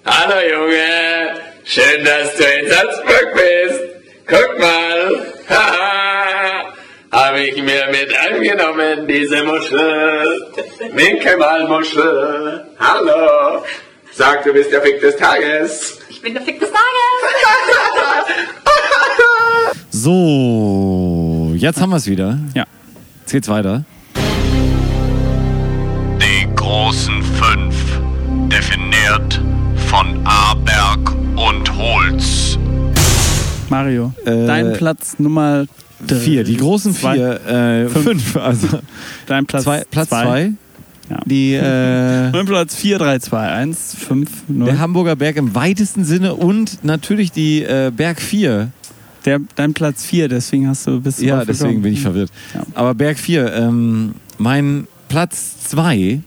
Hallo Junge, schön, dass du in Salzburg bist. Guck mal, haha, habe ich mir mit angenommen, diese Muschel. Winke mal, Muschel. Hallo, sag, du bist der Fick des Tages. Ich bin der Fick des Tages. So, jetzt haben wir es wieder. Ja. Jetzt geht's weiter. Die großen fünf, definiert von Aberg und Holz. Mario, Äh, dein Platz Nummer drei. Vier, die großen Zwei. vier. Äh, Fünf. fünf. also Dein Platz zwei, Platz zwei. Ja. Die, äh, Mein Platz 4, 3, 2, 1, 5, 0. der Hamburger Berg im weitesten Sinne und natürlich die äh, Berg 4. Der, dein Platz 4, deswegen hast du bis Ja, deswegen bin ich verwirrt. Mhm. Ja. Aber Berg 4, ähm, mein Platz 2,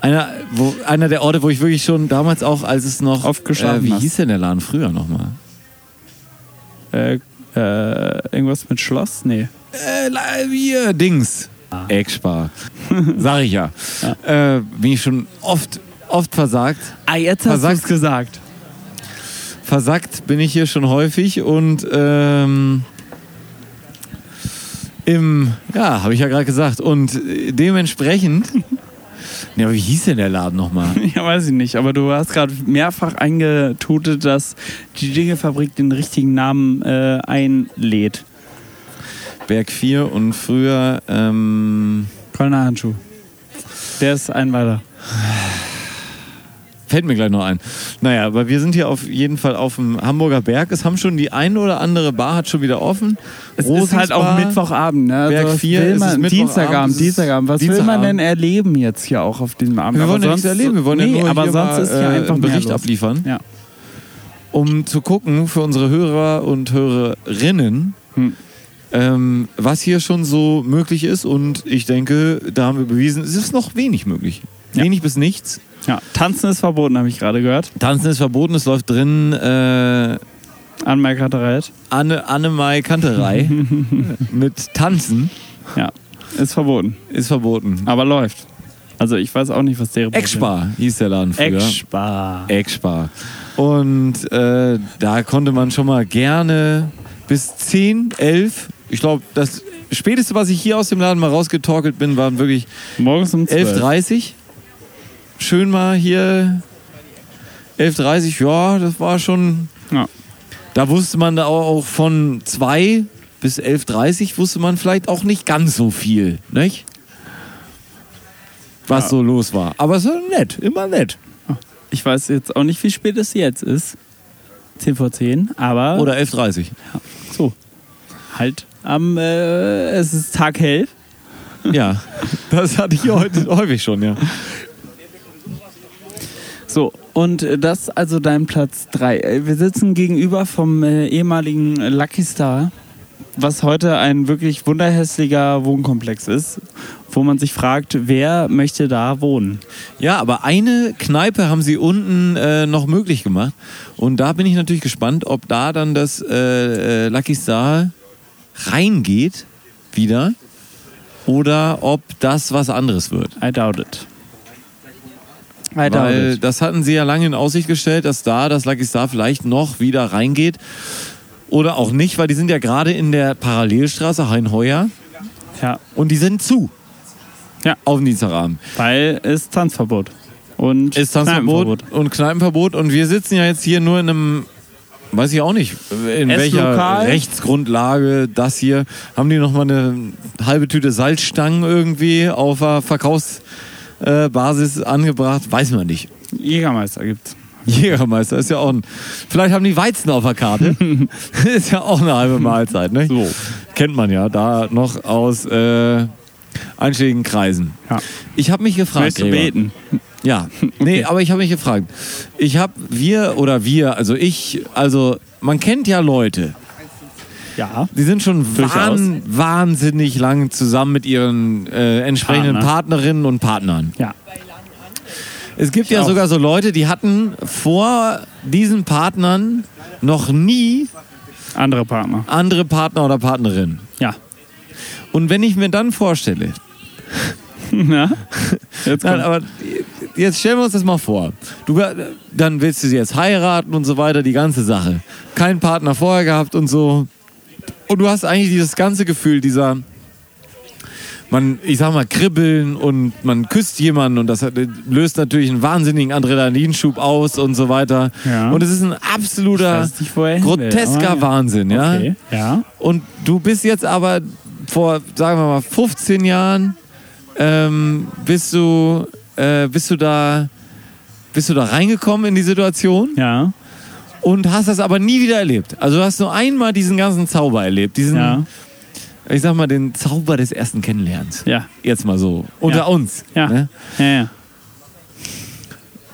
einer, wo, einer der Orte, wo ich wirklich schon damals auch, als es noch. äh, Aufgeschlagen Wie hast. hieß denn der Laden früher nochmal? Äh, äh, irgendwas mit Schloss? Nee. Äh, la- hier, Dings. Eckspar. Sag ich ja. Äh, bin ich schon oft, oft versagt. Ah, jetzt hast du's gesagt. Versackt bin ich hier schon häufig und ähm, im, ja, habe ich ja gerade gesagt. Und äh, dementsprechend. Ja, aber wie hieß denn der Laden nochmal? Ja, weiß ich nicht, aber du hast gerade mehrfach eingetutet, dass die Dingelfabrik den richtigen Namen äh, einlädt. Berg 4 und früher, ähm, Kölner Handschuh. Der ist ein weiter. fällt mir gleich noch ein. Naja, aber wir sind hier auf jeden Fall auf dem Hamburger Berg. Es haben schon die ein oder andere Bar hat schon wieder offen. Es ist halt auch Mittwochabend, ne? Berg was vier, will es ist man, Mittwochabend, es Dienstagabend, ist Dienstagabend. Was will man Dienstagabend. denn erleben jetzt hier auch auf diesem Abend? Wir Aber wollen ja nichts erleben, wir wollen ja nee, nur aber hier sonst mal, ist hier äh, einfach einen Bericht mehr los. abliefern. Ja. um zu gucken für unsere Hörer und Hörerinnen, Hm. ähm, was hier schon so möglich ist. Und ich denke, da haben wir bewiesen, es ist noch wenig möglich. Ja. Wenig bis nichts. ja, tanzen ist verboten, habe ich gerade gehört. Tanzen ist verboten, es läuft drin äh, An Merkatereit. Anne, Annemai Kanterei mit Tanzen Ja, ist verboten, ist verboten. aber läuft. Also ich weiß auch nicht, was der Eckspar hieß der Laden früher. Eckspar. Eckspar. Und äh, da konnte man schon mal gerne bis 10, 11, ich glaube, das späteste, was ich hier aus dem Laden mal rausgetorkelt bin, waren wirklich Morgens um 12. 11.30 Schön mal hier 11.30 ja, das war schon. Ja. Da wusste man da auch auch von 2 bis 11.30 wusste man vielleicht auch nicht ganz so viel, nicht? Was so los war. Aber es war nett, immer nett. Ich weiß jetzt auch nicht, wie spät es jetzt ist. 10 vor 10, aber Oder 11.30 so. Halt am, äh, es ist Tag hell. Ja, das hatte ich heute häufig schon, ja. So, und äh, das also dein Platz 3. Wir sitzen gegenüber vom äh, ehemaligen äh, Lucky Star, was heute ein wirklich wunderhässlicher Wohnkomplex ist, wo man sich fragt, wer möchte da wohnen? Ja, aber eine Kneipe haben sie unten äh, noch möglich gemacht. Und da bin ich natürlich gespannt, ob da dann das äh, äh, Lucky Star reingeht wieder oder ob das was anderes wird. I doubt it. Weiter weil Audit. das hatten sie ja lange in Aussicht gestellt, dass da das Lucky Star vielleicht noch wieder reingeht. Oder auch nicht, weil die sind ja gerade in der Parallelstraße Hainheuer Ja, und die sind zu. Ja. Auf dem Dienstagabend. weil es Tanzverbot. Und Ist Tanzverbot Kneipenverbot. und Kneipenverbot und wir sitzen ja jetzt hier nur in einem, weiß ich auch nicht, in Esslokal. welcher Rechtsgrundlage das hier. Haben die nochmal eine halbe Tüte Salzstangen irgendwie auf der Verkaufsbasis angebracht? Weiß man nicht. Jägermeister gibt's. Jägermeister ist ja auch ein. Vielleicht haben die Weizen auf der Karte. ist ja auch eine halbe Mahlzeit, ne? So. Kennt man ja da noch aus äh, einschlägigen Kreisen. Ja. Ich habe mich gefragt. Möchtest du Gregor. beten? Ja, nee, aber ich habe mich gefragt. Ich habe wir oder wir, also ich, also man kennt ja Leute, Ja. die sind schon Durchaus. wahn, wahnsinnig lang zusammen mit ihren äh, entsprechenden Partner. Partnerinnen und Partnern. Ja. Es gibt ja auch. sogar so Leute, die hatten vor diesen Partnern noch nie Andere Partner. andere Partner oder Partnerinnen. Ja. Und wenn ich mir dann vorstelle, Na? Jetzt Nein, kommt. aber jetzt stellen wir uns das mal vor. Du, dann willst du sie jetzt heiraten und so weiter, die ganze Sache. Keinen Partner vorher gehabt und so. Und du hast eigentlich dieses ganze Gefühl dieser, man, ich sag mal, kribbeln und man küsst jemanden und das hat- löst natürlich einen wahnsinnigen Adrenalinschub aus und so weiter. Ja. Und es ist ein absoluter, weiß nicht, wo er hin will, grotesker aber ne? ja. Wahnsinn, ja. Okay. Ja. Und du bist jetzt aber vor, sagen wir mal, 15 Jahren, ähm, bist du, äh, bist du da, bist du da reingekommen in die Situation Ja. und hast das aber nie wieder erlebt. Also du hast nur einmal diesen ganzen Zauber erlebt, diesen, Ja. ich sag mal, den Zauber des ersten Kennenlernens. Ja. Jetzt mal so, unter Ja. uns. Ja. Ne? Ja. ja.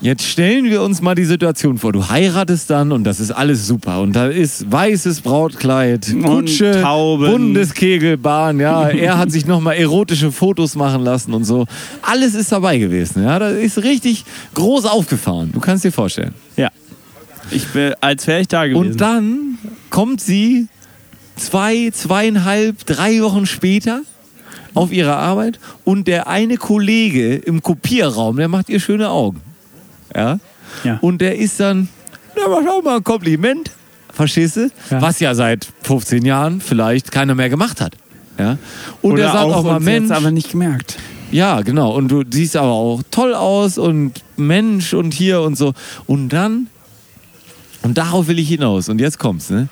Jetzt stellen wir uns mal die Situation vor. Du heiratest dann und das ist alles super. Und da ist weißes Brautkleid, Kutsche, Tauben. Bundeskegelbahn, ja. Er hat sich nochmal erotische Fotos machen lassen und so. Alles ist dabei gewesen, ja. Das ist richtig groß aufgefahren. Du kannst dir vorstellen. Ja. Ich will, als wäre ich da gewesen. Und dann kommt sie zwei, zweieinhalb, drei Wochen später auf ihre Arbeit und der eine Kollege im Kopierraum, der macht ihr schöne Augen. Ja. ja. Und der ist dann, na, mach doch mal ein Kompliment. Verstehst du? Ja. Was ja seit 15 Jahren vielleicht keiner mehr gemacht hat. Ja? Und Oder er sagt auch, mal, uns Mensch, jetzt aber nicht gemerkt. ja, genau. Und du siehst aber auch toll aus und Mensch und hier und so. Und dann, und darauf will ich hinaus. Und jetzt kommt's, ne?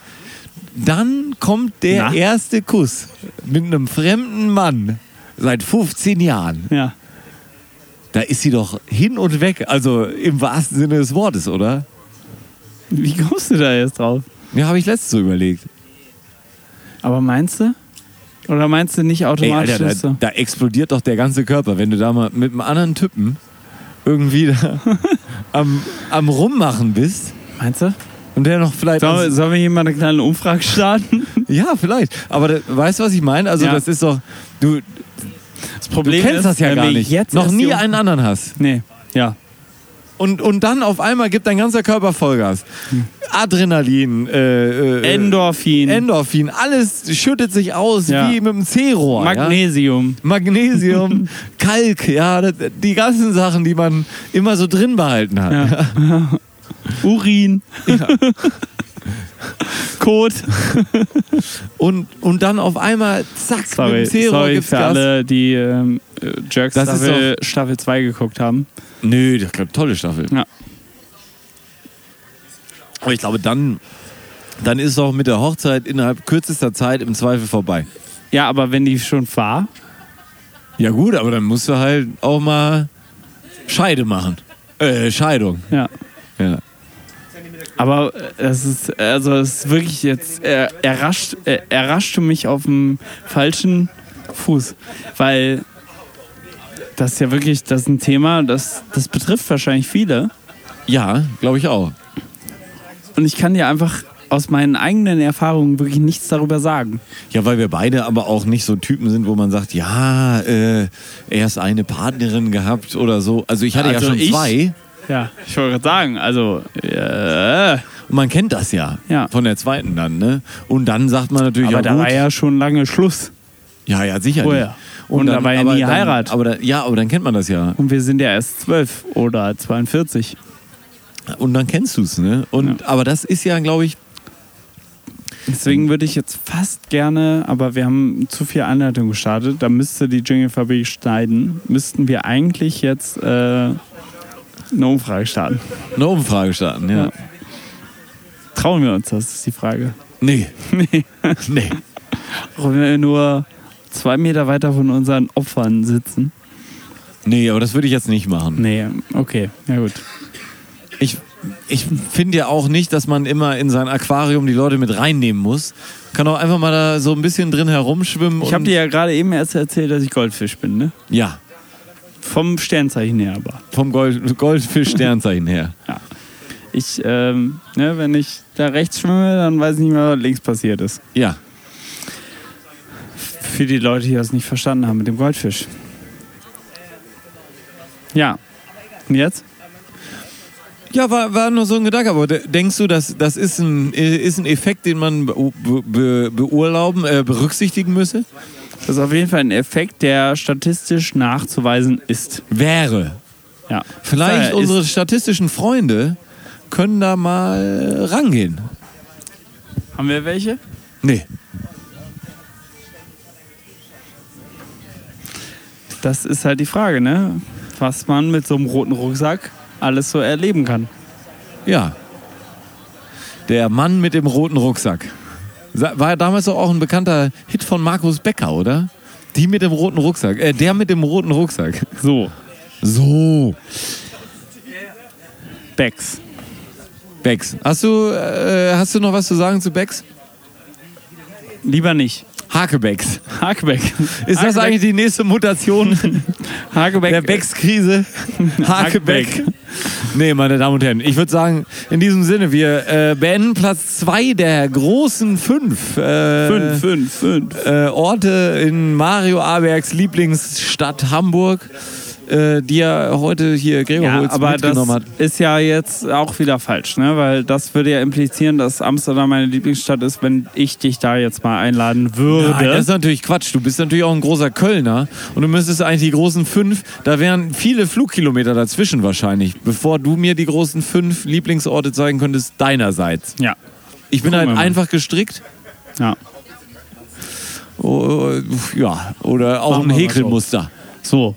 Dann kommt der Na? erste Kuss mit einem fremden Mann seit 15 Jahren. Ja. Da ist sie doch hin und weg. Also im wahrsten Sinne des Wortes, oder? Wie kommst du da jetzt drauf? Ja, habe ich letztens so überlegt. Aber meinst du? Oder meinst du nicht Ey, automatisch? Alter, dass da, du- da explodiert doch der ganze Körper, wenn du da mal mit einem anderen Typen irgendwie da am, am Rummachen bist meinst du? Also- und der noch vielleicht. Sollen wir, sollen wir hier mal eine kleine Umfrage starten? ja, vielleicht. Aber da, weißt du, was ich meine? Also, Ja. das ist doch. Du, Das du Problem kennst ist, das ja wenn gar wir nicht. Jetzt noch erst nie die- einen anderen hast. Nee, ja. Und, und dann auf einmal gibt dein ganzer Körper Vollgas. Adrenalin, äh, äh, Endorphin, Endorphin, alles schüttet sich aus Ja. wie mit dem C-Rohr. Ja? Magnesium. Magnesium, Kalk, ja, das- die ganzen Sachen, die man immer so drin behalten hat. Ja. Urin. Kot. Und, und dann auf einmal, zack, Sorry, mit dem Zero sorry gibt's für Gas. alle, die ähm, äh, Jerks Das ist Staffel, Staffel 2 geguckt haben. Nö, das glaube tolle Staffel. Ja. Aber ich glaube, dann, dann ist auch mit der Hochzeit innerhalb kürzester Zeit im Zweifel vorbei. Ja, aber wenn die schon war, Ja gut, aber dann musst du halt auch mal Scheide machen. Äh, Scheidung. ja. Ja. Aber äh, es ist, also es ist wirklich jetzt, äh, errascht, äh, errascht du mich auf dem falschen Fuß. Weil das ist ja wirklich, das ist ein Thema, das, das betrifft wahrscheinlich viele. Ja, glaube ich auch. Und ich kann dir einfach aus meinen eigenen Erfahrungen wirklich nichts darüber sagen. Ja, weil wir beide aber auch nicht so Typen sind, wo man sagt, ja, äh, erst eine Partnerin gehabt oder so. Also ich hatte Also ja schon ich- zwei. Ja, ich wollte gerade sagen, also, äh, Und man kennt das ja, Ja. von der zweiten dann, ne? Und dann sagt man natürlich, aber ja da gut, war ja schon lange Schluss. Ja, ja, sicher. Vorher. nicht. Und da war ja aber nie dann, Heirat. Aber dann- ja, aber dann kennt man das ja. Und wir sind ja erst 12 oder 42. Und dann kennst du es, ne? Und, Aber das ist ja, glaube ich, Deswegen würde ich jetzt fast gerne, aber wir haben zu viel Anleitung gestartet. Da müsste die Jinglefabrik schneiden. Müssten wir eigentlich jetzt äh, eine Umfrage starten. eine Umfrage starten, ja. Ja. Trauen wir uns das, ist die Frage. Nee. Nee. Nee. Auch wenn wir nur zwei Meter weiter von unseren Opfern sitzen. Nee, aber das würde ich jetzt nicht machen. Nee, okay, ja gut. Ich, ich finde ja auch nicht, dass man immer in sein Aquarium die Leute mit reinnehmen muss. Kann auch einfach mal da so ein bisschen drin herumschwimmen. Ich habe und- dir ja gerade eben erst erzählt, dass ich Goldfisch bin, ne? Ja, Vom Sternzeichen her aber. vom Gold, Goldfisch-Sternzeichen her. Ich, ähm, ne, wenn ich da rechts schwimme, dann weiß ich nicht mehr, was links passiert ist. Ja. Für die Leute, die das nicht verstanden haben mit dem Goldfisch. Ja. Und jetzt? Ja, war, war nur so ein Gedanke, aber de- denkst du, dass das ist ein, äh, ist ein Effekt, den man be, be, beurlauben, äh, berücksichtigen müsse? Das ist auf jeden Fall ein Effekt, der statistisch nachzuweisen ist. Wäre. Ja. Vielleicht Ist- unsere statistischen Freunde können da mal rangehen. Haben wir welche? Nee. Das ist halt die Frage, ne? Was man mit so einem roten Rucksack alles so erleben kann. Ja. Der Mann mit dem roten Rucksack. Sa- War ja damals doch auch ein bekannter Hit von Markus Becker, oder? Die mit dem roten Rucksack. Äh, der mit dem roten Rucksack. So, So. Becks. Bex. Hast du, äh, hast du noch was zu sagen zu Bex? Lieber nicht. Hakebex. Hakebeck. Ist das Hakebeck- eigentlich die nächste Mutation Hakebeck? der Becks-Krise? Hakebeck. Nee, meine Damen und Herren, ich würde sagen, in diesem Sinne, wir äh, beenden Platz zwei der großen fünf. Äh, Fünf, fünf, fünf. äh, Orte in Mario Abergs Lieblingsstadt Hamburg, äh, die er heute hier Gregor Ja, Holz aber das mitgenommen hat. ist ja jetzt auch wieder falsch, ne? Weil das würde ja implizieren, dass Amsterdam meine Lieblingsstadt ist, wenn ich dich da jetzt mal einladen würde. Nein, das ist natürlich Quatsch. Du bist natürlich auch ein großer Kölner und du müsstest eigentlich die großen fünf, da wären viele Flugkilometer dazwischen wahrscheinlich, bevor du mir die großen fünf Lieblingsorte zeigen könntest, deinerseits. ja. Ich bin Gucken wir halt mal. einfach gestrickt. ja. Oh, ja, oder auch Machen ein wir was Häkelmuster. So.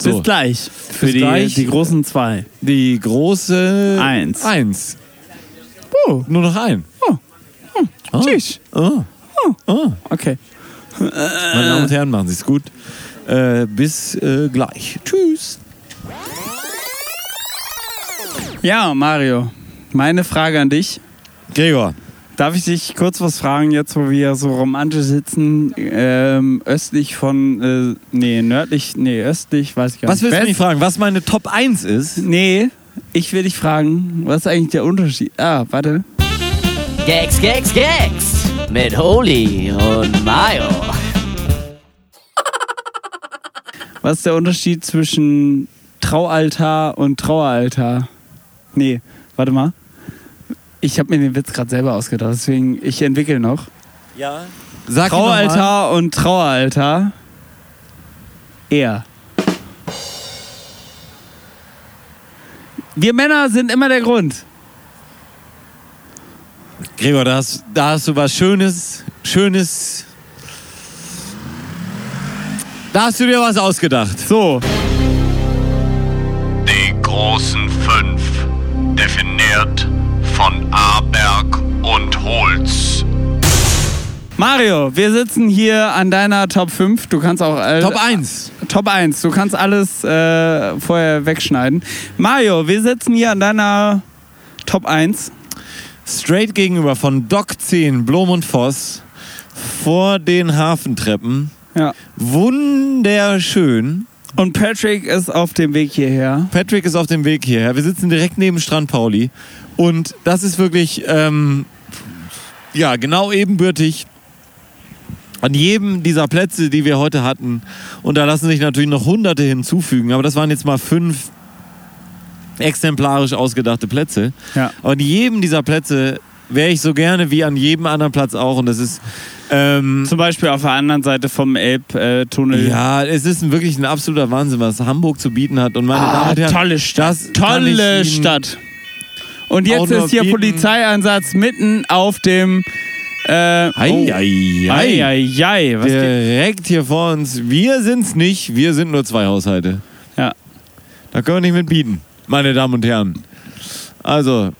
So. Bis gleich. Für die, gleich. die großen zwei. Die große. Eins. Eins. Oh, nur noch ein. Oh. Oh. Tschüss. Oh. Okay. Meine Damen und Herren, machen Sie es gut. Äh, bis äh, gleich. Tschüss. Ja, Mario. Meine Frage an dich. Gregor. Darf ich dich kurz was fragen, jetzt wo wir so romantisch sitzen, ähm, östlich von, äh, nee, nördlich, nee, östlich, weiß ich gar Was nicht. willst du mich fragen? Was meine Top 1 ist? Nee, ich will dich fragen, was ist eigentlich der Unterschied? Ah, warte. Gags, Gags, Gags mit Holy und Mayo. Was ist der Unterschied zwischen Traualtar und Traueraltar? Nee, warte mal. Ich habe mir den Witz gerade selber ausgedacht, deswegen ich entwickle noch. Sag ihn noch mal. Traualtar und Traueraltar. Er. Wir Männer sind immer der Grund. Gregor, da hast, da hast du was Schönes. Schönes. Da hast du dir was ausgedacht. So, Die großen fünf, definiert von Aberg und Holz. Mario, wir sitzen hier an deiner Top 5. Du kannst auch äh, Top 1. Top 1. Du kannst alles äh, vorher wegschneiden. Mario, wir sitzen hier an deiner Top 1. Straight gegenüber von Dock 10, Blom und Voss. Vor den Hafentreppen. Ja. Wunderschön. Und Patrick ist auf dem Weg hierher. Patrick ist auf dem Weg hierher. Wir sitzen direkt neben Strand Pauli. Und das ist wirklich, ähm, ja, genau ebenbürtig an jedem dieser Plätze, die wir heute hatten. Und da lassen sich natürlich noch hunderte hinzufügen. Aber das waren jetzt mal fünf exemplarisch ausgedacht ausgedachte Plätze. Ja. Aber an jedem dieser Plätze wäre ich so gerne wie an jedem anderen Platz auch. Und das ist. Ähm, Zum Beispiel auf der anderen Seite vom Elbtunnel. ja, es ist ein, wirklich ein absoluter Wahnsinn, was Hamburg zu bieten hat. Und meine Damen Ah, und Herren, tolle Stadt. das kann ich Tolle Ihnen- Stadt. Und auch jetzt nur ist hier bieten. Polizeieinsatz mitten auf dem. Äh, Ei, ei, ei. ei, was geht? Direkt hier vor uns. Wir sind's nicht, wir sind nur zwei Haushalte. Ja. Da können wir nicht mit bieten, meine Damen und Herren. Also,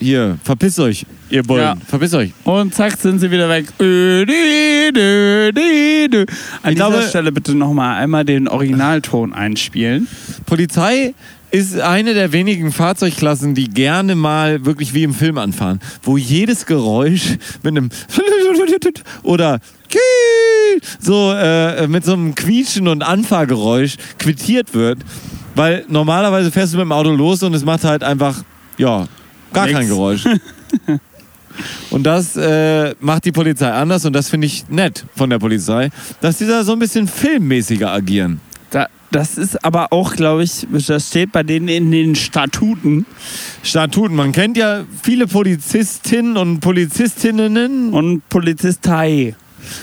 hier, verpisst euch, ihr Bullen. Ja. Verpisst euch. Und zack, sind sie wieder weg. Ö, di, dö, di, dö. An Ich dieser glaube- Stelle bitte nochmal einmal den Originalton einspielen. Polizei ist eine der wenigen Fahrzeugklassen, die gerne mal wirklich wie im Film anfahren, wo jedes Geräusch mit einem oder so äh, mit so einem Quietschen und Anfahrgeräusch quittiert wird, weil normalerweise fährst du mit dem Auto los und es macht halt einfach ja gar Nix. kein Geräusch. Und das äh, macht die Polizei anders und das finde ich nett von der Polizei, dass die da so ein bisschen filmmäßiger agieren. Da, das ist aber auch, glaube ich, das steht bei denen in den Statuten. Statuten. Man kennt ja viele Polizistinnen und Polizistinnen, Und Polizistei.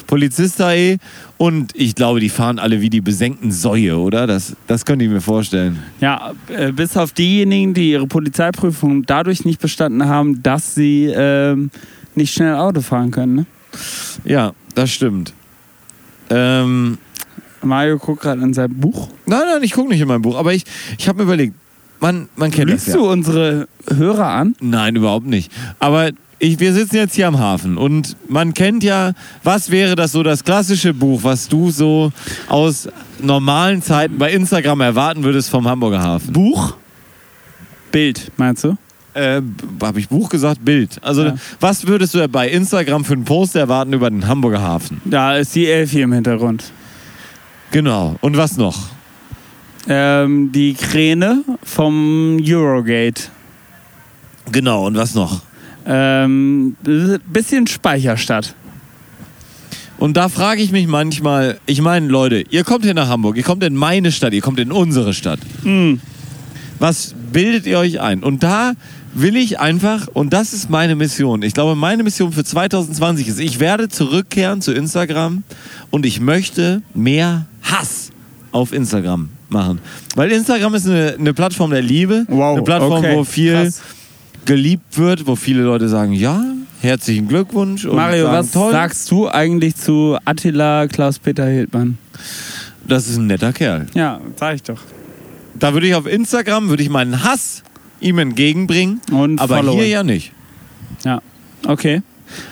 Polizistei und ich glaube, die fahren alle wie die besenkten Säue, oder? Das, das könnte ich mir vorstellen. Ja, äh, bis auf diejenigen, die ihre Polizeiprüfung dadurch nicht bestanden haben, dass sie ähm, nicht schnell Auto fahren können. Ne? Ja, das stimmt. Ähm, Mario guckt gerade in sein Buch. nein, nein, ich gucke nicht in mein Buch, aber ich, ich habe mir überlegt, man, man kennt Lügst das ja. du unsere Hörer an? Nein, überhaupt nicht. Aber ich, wir sitzen jetzt hier am Hafen und man kennt ja, was wäre das so das klassische Buch, was du so aus normalen Zeiten bei Instagram erwarten würdest vom Hamburger Hafen? Buch? Bild, meinst du? Äh, Habe ich Buch gesagt? Bild. Also, Ja. was würdest du bei Instagram für einen Post erwarten über den Hamburger Hafen? Da ist die Elfie im Hintergrund. Genau. Und was noch? Ähm, die Kräne vom Eurogate. Genau. Und was noch? Ähm, bisschen Speicherstadt. Und da frage ich mich manchmal, ich meine, Leute, ihr kommt hier nach Hamburg, ihr kommt in meine Stadt, ihr kommt in unsere Stadt. Hm. Was bildet ihr euch ein? Und da will ich einfach, und das ist meine Mission, ich glaube, meine Mission für 2020 ist, ich werde zurückkehren zu Instagram und ich möchte mehr Hass auf Instagram machen. Weil Instagram ist eine, eine Plattform der Liebe, Wow, eine Plattform, okay, wo viel krass. geliebt wird, wo viele Leute sagen, ja, herzlichen Glückwunsch. Und Mario, sagen, was toll. sagst du eigentlich zu Attila Klaus-Peter Hildmann? Das ist ein netter Kerl. Ja, sag ich doch. Da würde ich auf Instagram würde ich meinen Hass ihm entgegenbringen, Und aber followen. hier ja nicht. Ja, okay.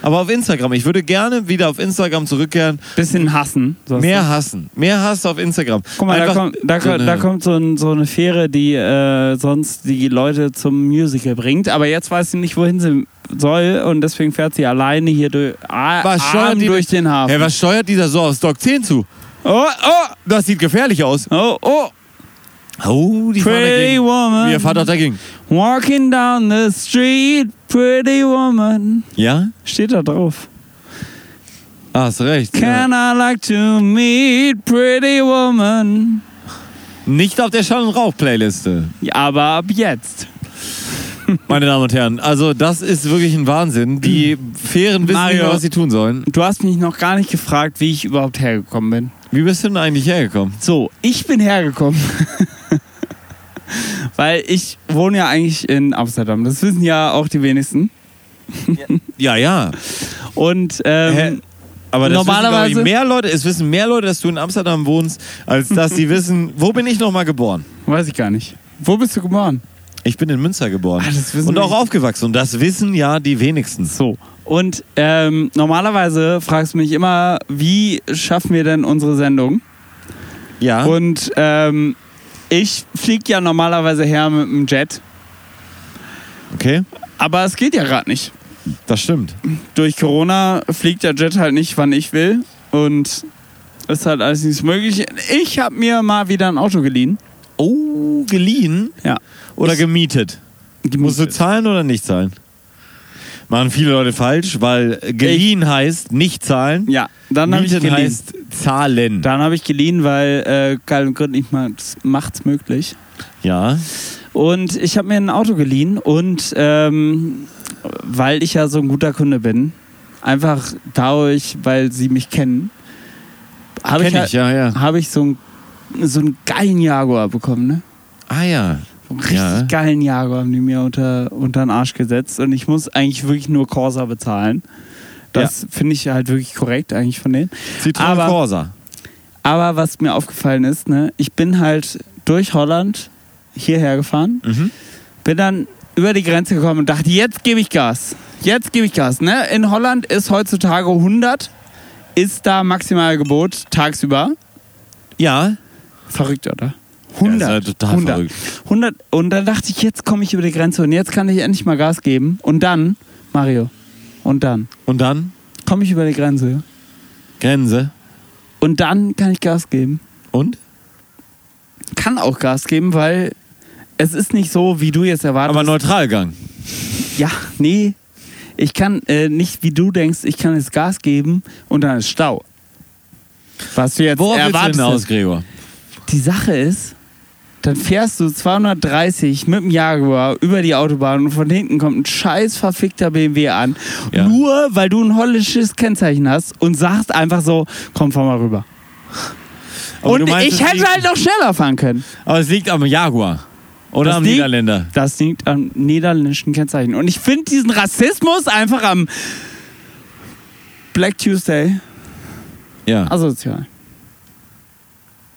Aber auf Instagram, ich würde gerne wieder auf Instagram zurückkehren, Bisschen hassen. sonst- mehr hassen, mehr Hass auf Instagram. Guck mal, da Einfach kommt, da, so ko- eine- da kommt so, ein, so eine Fähre, die äh, sonst die Leute zum Musical bringt. Aber jetzt weiß sie nicht, wohin sie soll. Und deswegen fährt sie alleine hier durch, a- was arm steuert die durch den Hafen. Hey, was steuert dieser so aufs Dock 10 zu? oh, oh, Das sieht gefährlich aus. oh, oh. Oh, die fahren Pretty dagegen. woman. Ihr fahrt doch dagegen. Walking down the street, pretty woman. Ja? Steht da drauf. Ah, hast recht. Can I like to meet pretty woman? Nicht auf der Schall- und Rauch-Playliste. Ja, aber ab jetzt. Meine Damen und Herren, also das ist wirklich ein Wahnsinn. Die Fähren wissen nicht Mario. mehr, was sie tun sollen. Du hast mich noch gar nicht gefragt, wie ich überhaupt hergekommen bin. Wie bist du denn eigentlich hergekommen? So, ich bin hergekommen. Weil ich wohne ja eigentlich in Amsterdam. Das wissen ja auch die wenigsten. Ja, ja. Und Hä? ähm, Aber das Normalerweise- normalerweise wissen, glaub ich, mehr Leute, es wissen mehr Leute, dass du in Amsterdam wohnst, als dass sie wissen, wo bin ich nochmal geboren? weiß ich gar nicht. Wo bist du geboren? Ich bin in Münster geboren. Ah, das wissen und wir auch nicht. aufgewachsen. Und das wissen ja die wenigsten. So. Und ähm, normalerweise fragst du mich immer, wie schaffen wir denn unsere Sendung? Ja. Und ähm, ich fliege ja normalerweise her mit dem Jet. okay. Aber es geht ja gerade nicht. Das stimmt. durch Corona fliegt der Jet halt nicht, wann ich will. Und ist halt alles nicht möglich. Ich habe mir mal wieder ein Auto geliehen. Oh, geliehen Ja. oder gemietet? Musst du zahlen oder nicht zahlen? Machen viele Leute falsch, weil geliehen heißt nicht zahlen. Ja, dann habe ich Mieten geliehen. heißt bezahlen. Dann habe ich geliehen, weil äh, Karl und Grit nicht mal das macht's möglich. Ja. Und ich habe mir ein Auto geliehen und ähm, weil ich ja so ein guter Kunde bin, einfach dadurch, weil sie mich kennen, habe ich, Kenn ja, ich, ja, ja. habe ich so, ein, so einen geilen Jaguar bekommen, ne? Ah ja. So einen richtig Ja. geilen Jaguar haben die mir unter, unter den Arsch gesetzt und ich muss eigentlich wirklich nur Corsa bezahlen. Das finde ich halt wirklich korrekt eigentlich von denen. Citroen Aber- Corsa. Aber was mir aufgefallen ist, ne, ich bin halt durch Holland hierher gefahren, bin dann über die Grenze gekommen und dachte, jetzt gebe ich Gas. Jetzt gebe ich Gas. Ne? In Holland ist heutzutage 100, ist da Maximalgebot tagsüber. Ja. Verrückt, oder? Ja, ist 100. ja total 100. verrückt. 100. Und dann dachte ich, jetzt komme ich über die Grenze und jetzt kann ich endlich mal Gas geben. Und dann, Mario, und dann Und dann? komme ich über die Grenze Grenze. und dann kann ich Gas geben. Und? kann auch Gas geben, weil es ist nicht so, wie du jetzt erwartest. Aber Neutralgang. ja, nee. Ich kann äh, nicht, wie du denkst, ich kann jetzt Gas geben und dann ist Stau. Was du jetzt Worauf willst erwartest. du hinaus, Gregor? Die Sache ist, dann fährst du 230 mit dem Jaguar über die Autobahn und von hinten kommt ein scheiß verfickter BMW an. Ja. Nur weil du ein holländisches Kennzeichen hast und sagst einfach so, komm, fahr mal rüber. Aber und du meinst, ich es hätte liegt- halt noch schneller fahren können. Aber es liegt am Jaguar. Oder Das am liegt- Niederländer. Das liegt am niederländischen Kennzeichen. Und ich finde diesen Rassismus einfach am Black Tuesday Ja. Also- asozial.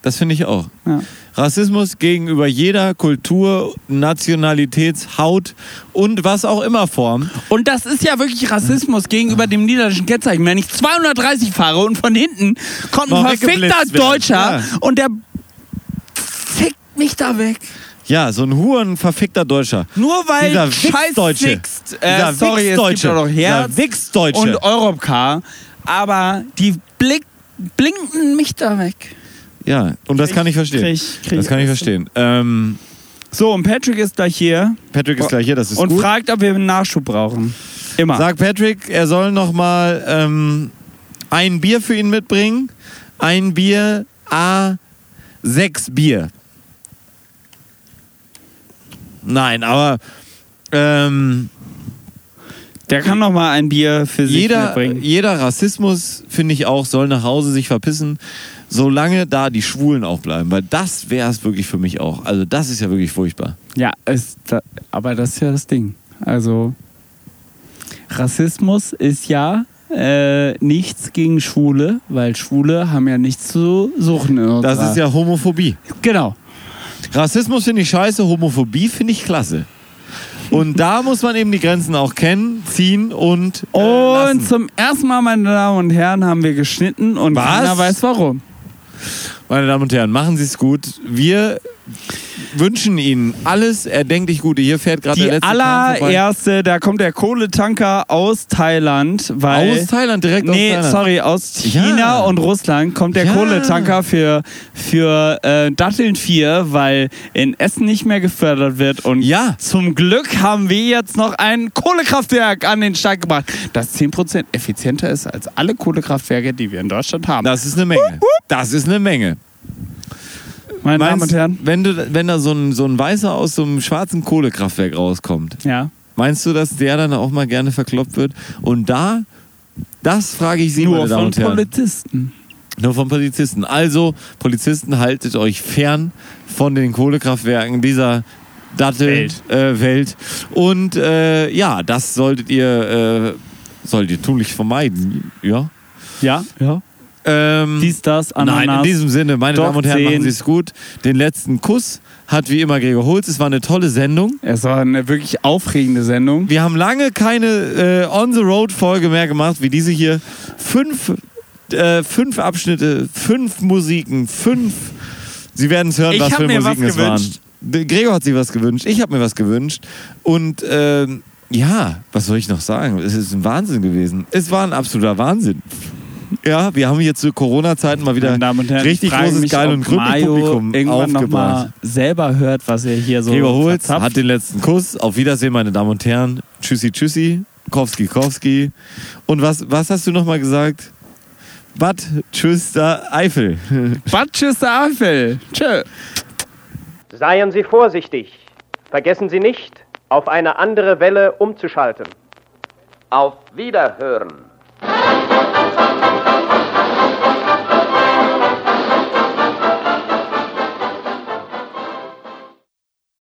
das finde ich auch. Ja. Rassismus gegenüber jeder Kultur, Nationalitäts, Haut und was auch immer Form. Und das ist ja wirklich Rassismus gegenüber dem niederländischen Kennzeichen. Wenn ich 230 fahre und von hinten kommt ein Noch verfickter weggeblitzt werden. Deutscher Ja. und der fickt mich da weg. Ja, so ein Huren verfickter Deutscher. Nur weil Dieser scheiß Wichsdeutsche. Sixt, äh, sorry, es gibt Wichsdeutsche. doch noch Herz Dieser Wichsdeutsche. und Europcar, aber die blick, blinken mich da weg. ja, und das kann ich verstehen. krieg- krieg- das kann ich verstehen. Ähm, So, und Patrick ist gleich hier Patrick ist gleich hier, das ist und gut. fragt, ob wir einen Nachschub brauchen. Immer. Sag Patrick, er soll noch mal ähm, ein Bier für ihn mitbringen. Ein Bier, A, sechs Bier. Nein, aber ähm, der kann noch mal ein Bier für sich jeder, mitbringen. jeder Rassismus, finde ich auch, soll nach Hause sich verpissen, solange da die Schwulen auch bleiben. Weil das wäre es wirklich für mich auch. Also das ist ja wirklich furchtbar. Ja, es, da, aber das ist ja das Ding. Also Rassismus ist ja äh, nichts gegen Schwule, weil Schwule haben ja nichts zu suchen. In unserer- Das ist ja Homophobie. genau. Rassismus finde ich scheiße, Homophobie finde ich klasse. Und da muss man eben die Grenzen auch kennen, ziehen und. Äh, Und lassen. zum ersten Mal, meine Damen und Herren, haben wir geschnitten und Was? keiner weiß warum. Meine Damen und Herren, machen Sie es gut. Wir wünschen Ihnen alles erdenklich Gute. Hier fährt gerade der Die letzte Kahn vorbei. allererste, da kommt der Kohletanker aus Thailand, weil aus Thailand direkt Nee, aus Thailand. sorry, aus Ja. China und Russland kommt der Ja. Kohletanker für, für äh, Datteln 4, weil in Essen nicht mehr gefördert wird. Und Ja. zum Glück haben wir jetzt noch ein Kohlekraftwerk an den Start gebracht, das 10% effizienter ist als alle Kohlekraftwerke, die wir in Deutschland haben. Das ist eine Menge. Das ist eine Menge. Meine Damen und Meinst- Herren. Wenn, du, wenn da so ein, so ein Weißer aus so einem schwarzen Kohlekraftwerk rauskommt, Ja. Meinst du, dass der dann auch mal gerne verkloppt wird? Und da, das frage ich Sie, Nur meine Damen von und Herren. Polizisten. Nur von Polizisten. Also, Polizisten, haltet euch fern von den Kohlekraftwerken dieser Dattel Welt. Äh, Welt. Und äh, ja, das solltet ihr, äh, solltet ihr tunlich vermeiden. Ja. Ja. ja. Ähm, Dies, das, Ananas. Nein, in diesem Sinne, meine Doch Damen und Herren, machen sehen. Sie es gut. Den letzten Kuss hat wie immer Gregor Holz. Es war eine tolle Sendung. es war eine wirklich aufregende Sendung. Wir haben lange keine äh, On-the-Road-Folge mehr gemacht, wie diese hier. Fünf, äh, fünf Abschnitte, fünf Musiken, fünf. Sie werden es hören, Ich was hab für mir was Musiken es waren. gewünscht. D- Gregor hat sich was gewünscht, ich habe mir was gewünscht. Und ähm, ja, was soll ich noch sagen? Es ist ein Wahnsinn gewesen. Es war ein absoluter Wahnsinn. Ja, wir haben jetzt zu Corona-Zeiten mal wieder Meine Damen und Herren, richtig ich frage großes, mich, geil ob und gründlich Mayo Publikum irgendwann noch aufgebracht. mal selber hört, was er hier so Gregor Holz Also, verzapft. hat den letzten Kuss. Auf Wiedersehen, meine Damen und Herren. Tschüssi, tschüssi. Kowski, Kowski. Und was, was hast du nochmal gesagt? Bad Tschüster Eifel. Batschester Apfel. Tschö. Seien Sie vorsichtig. Vergessen Sie nicht, auf eine andere Welle umzuschalten. Auf Wiederhören.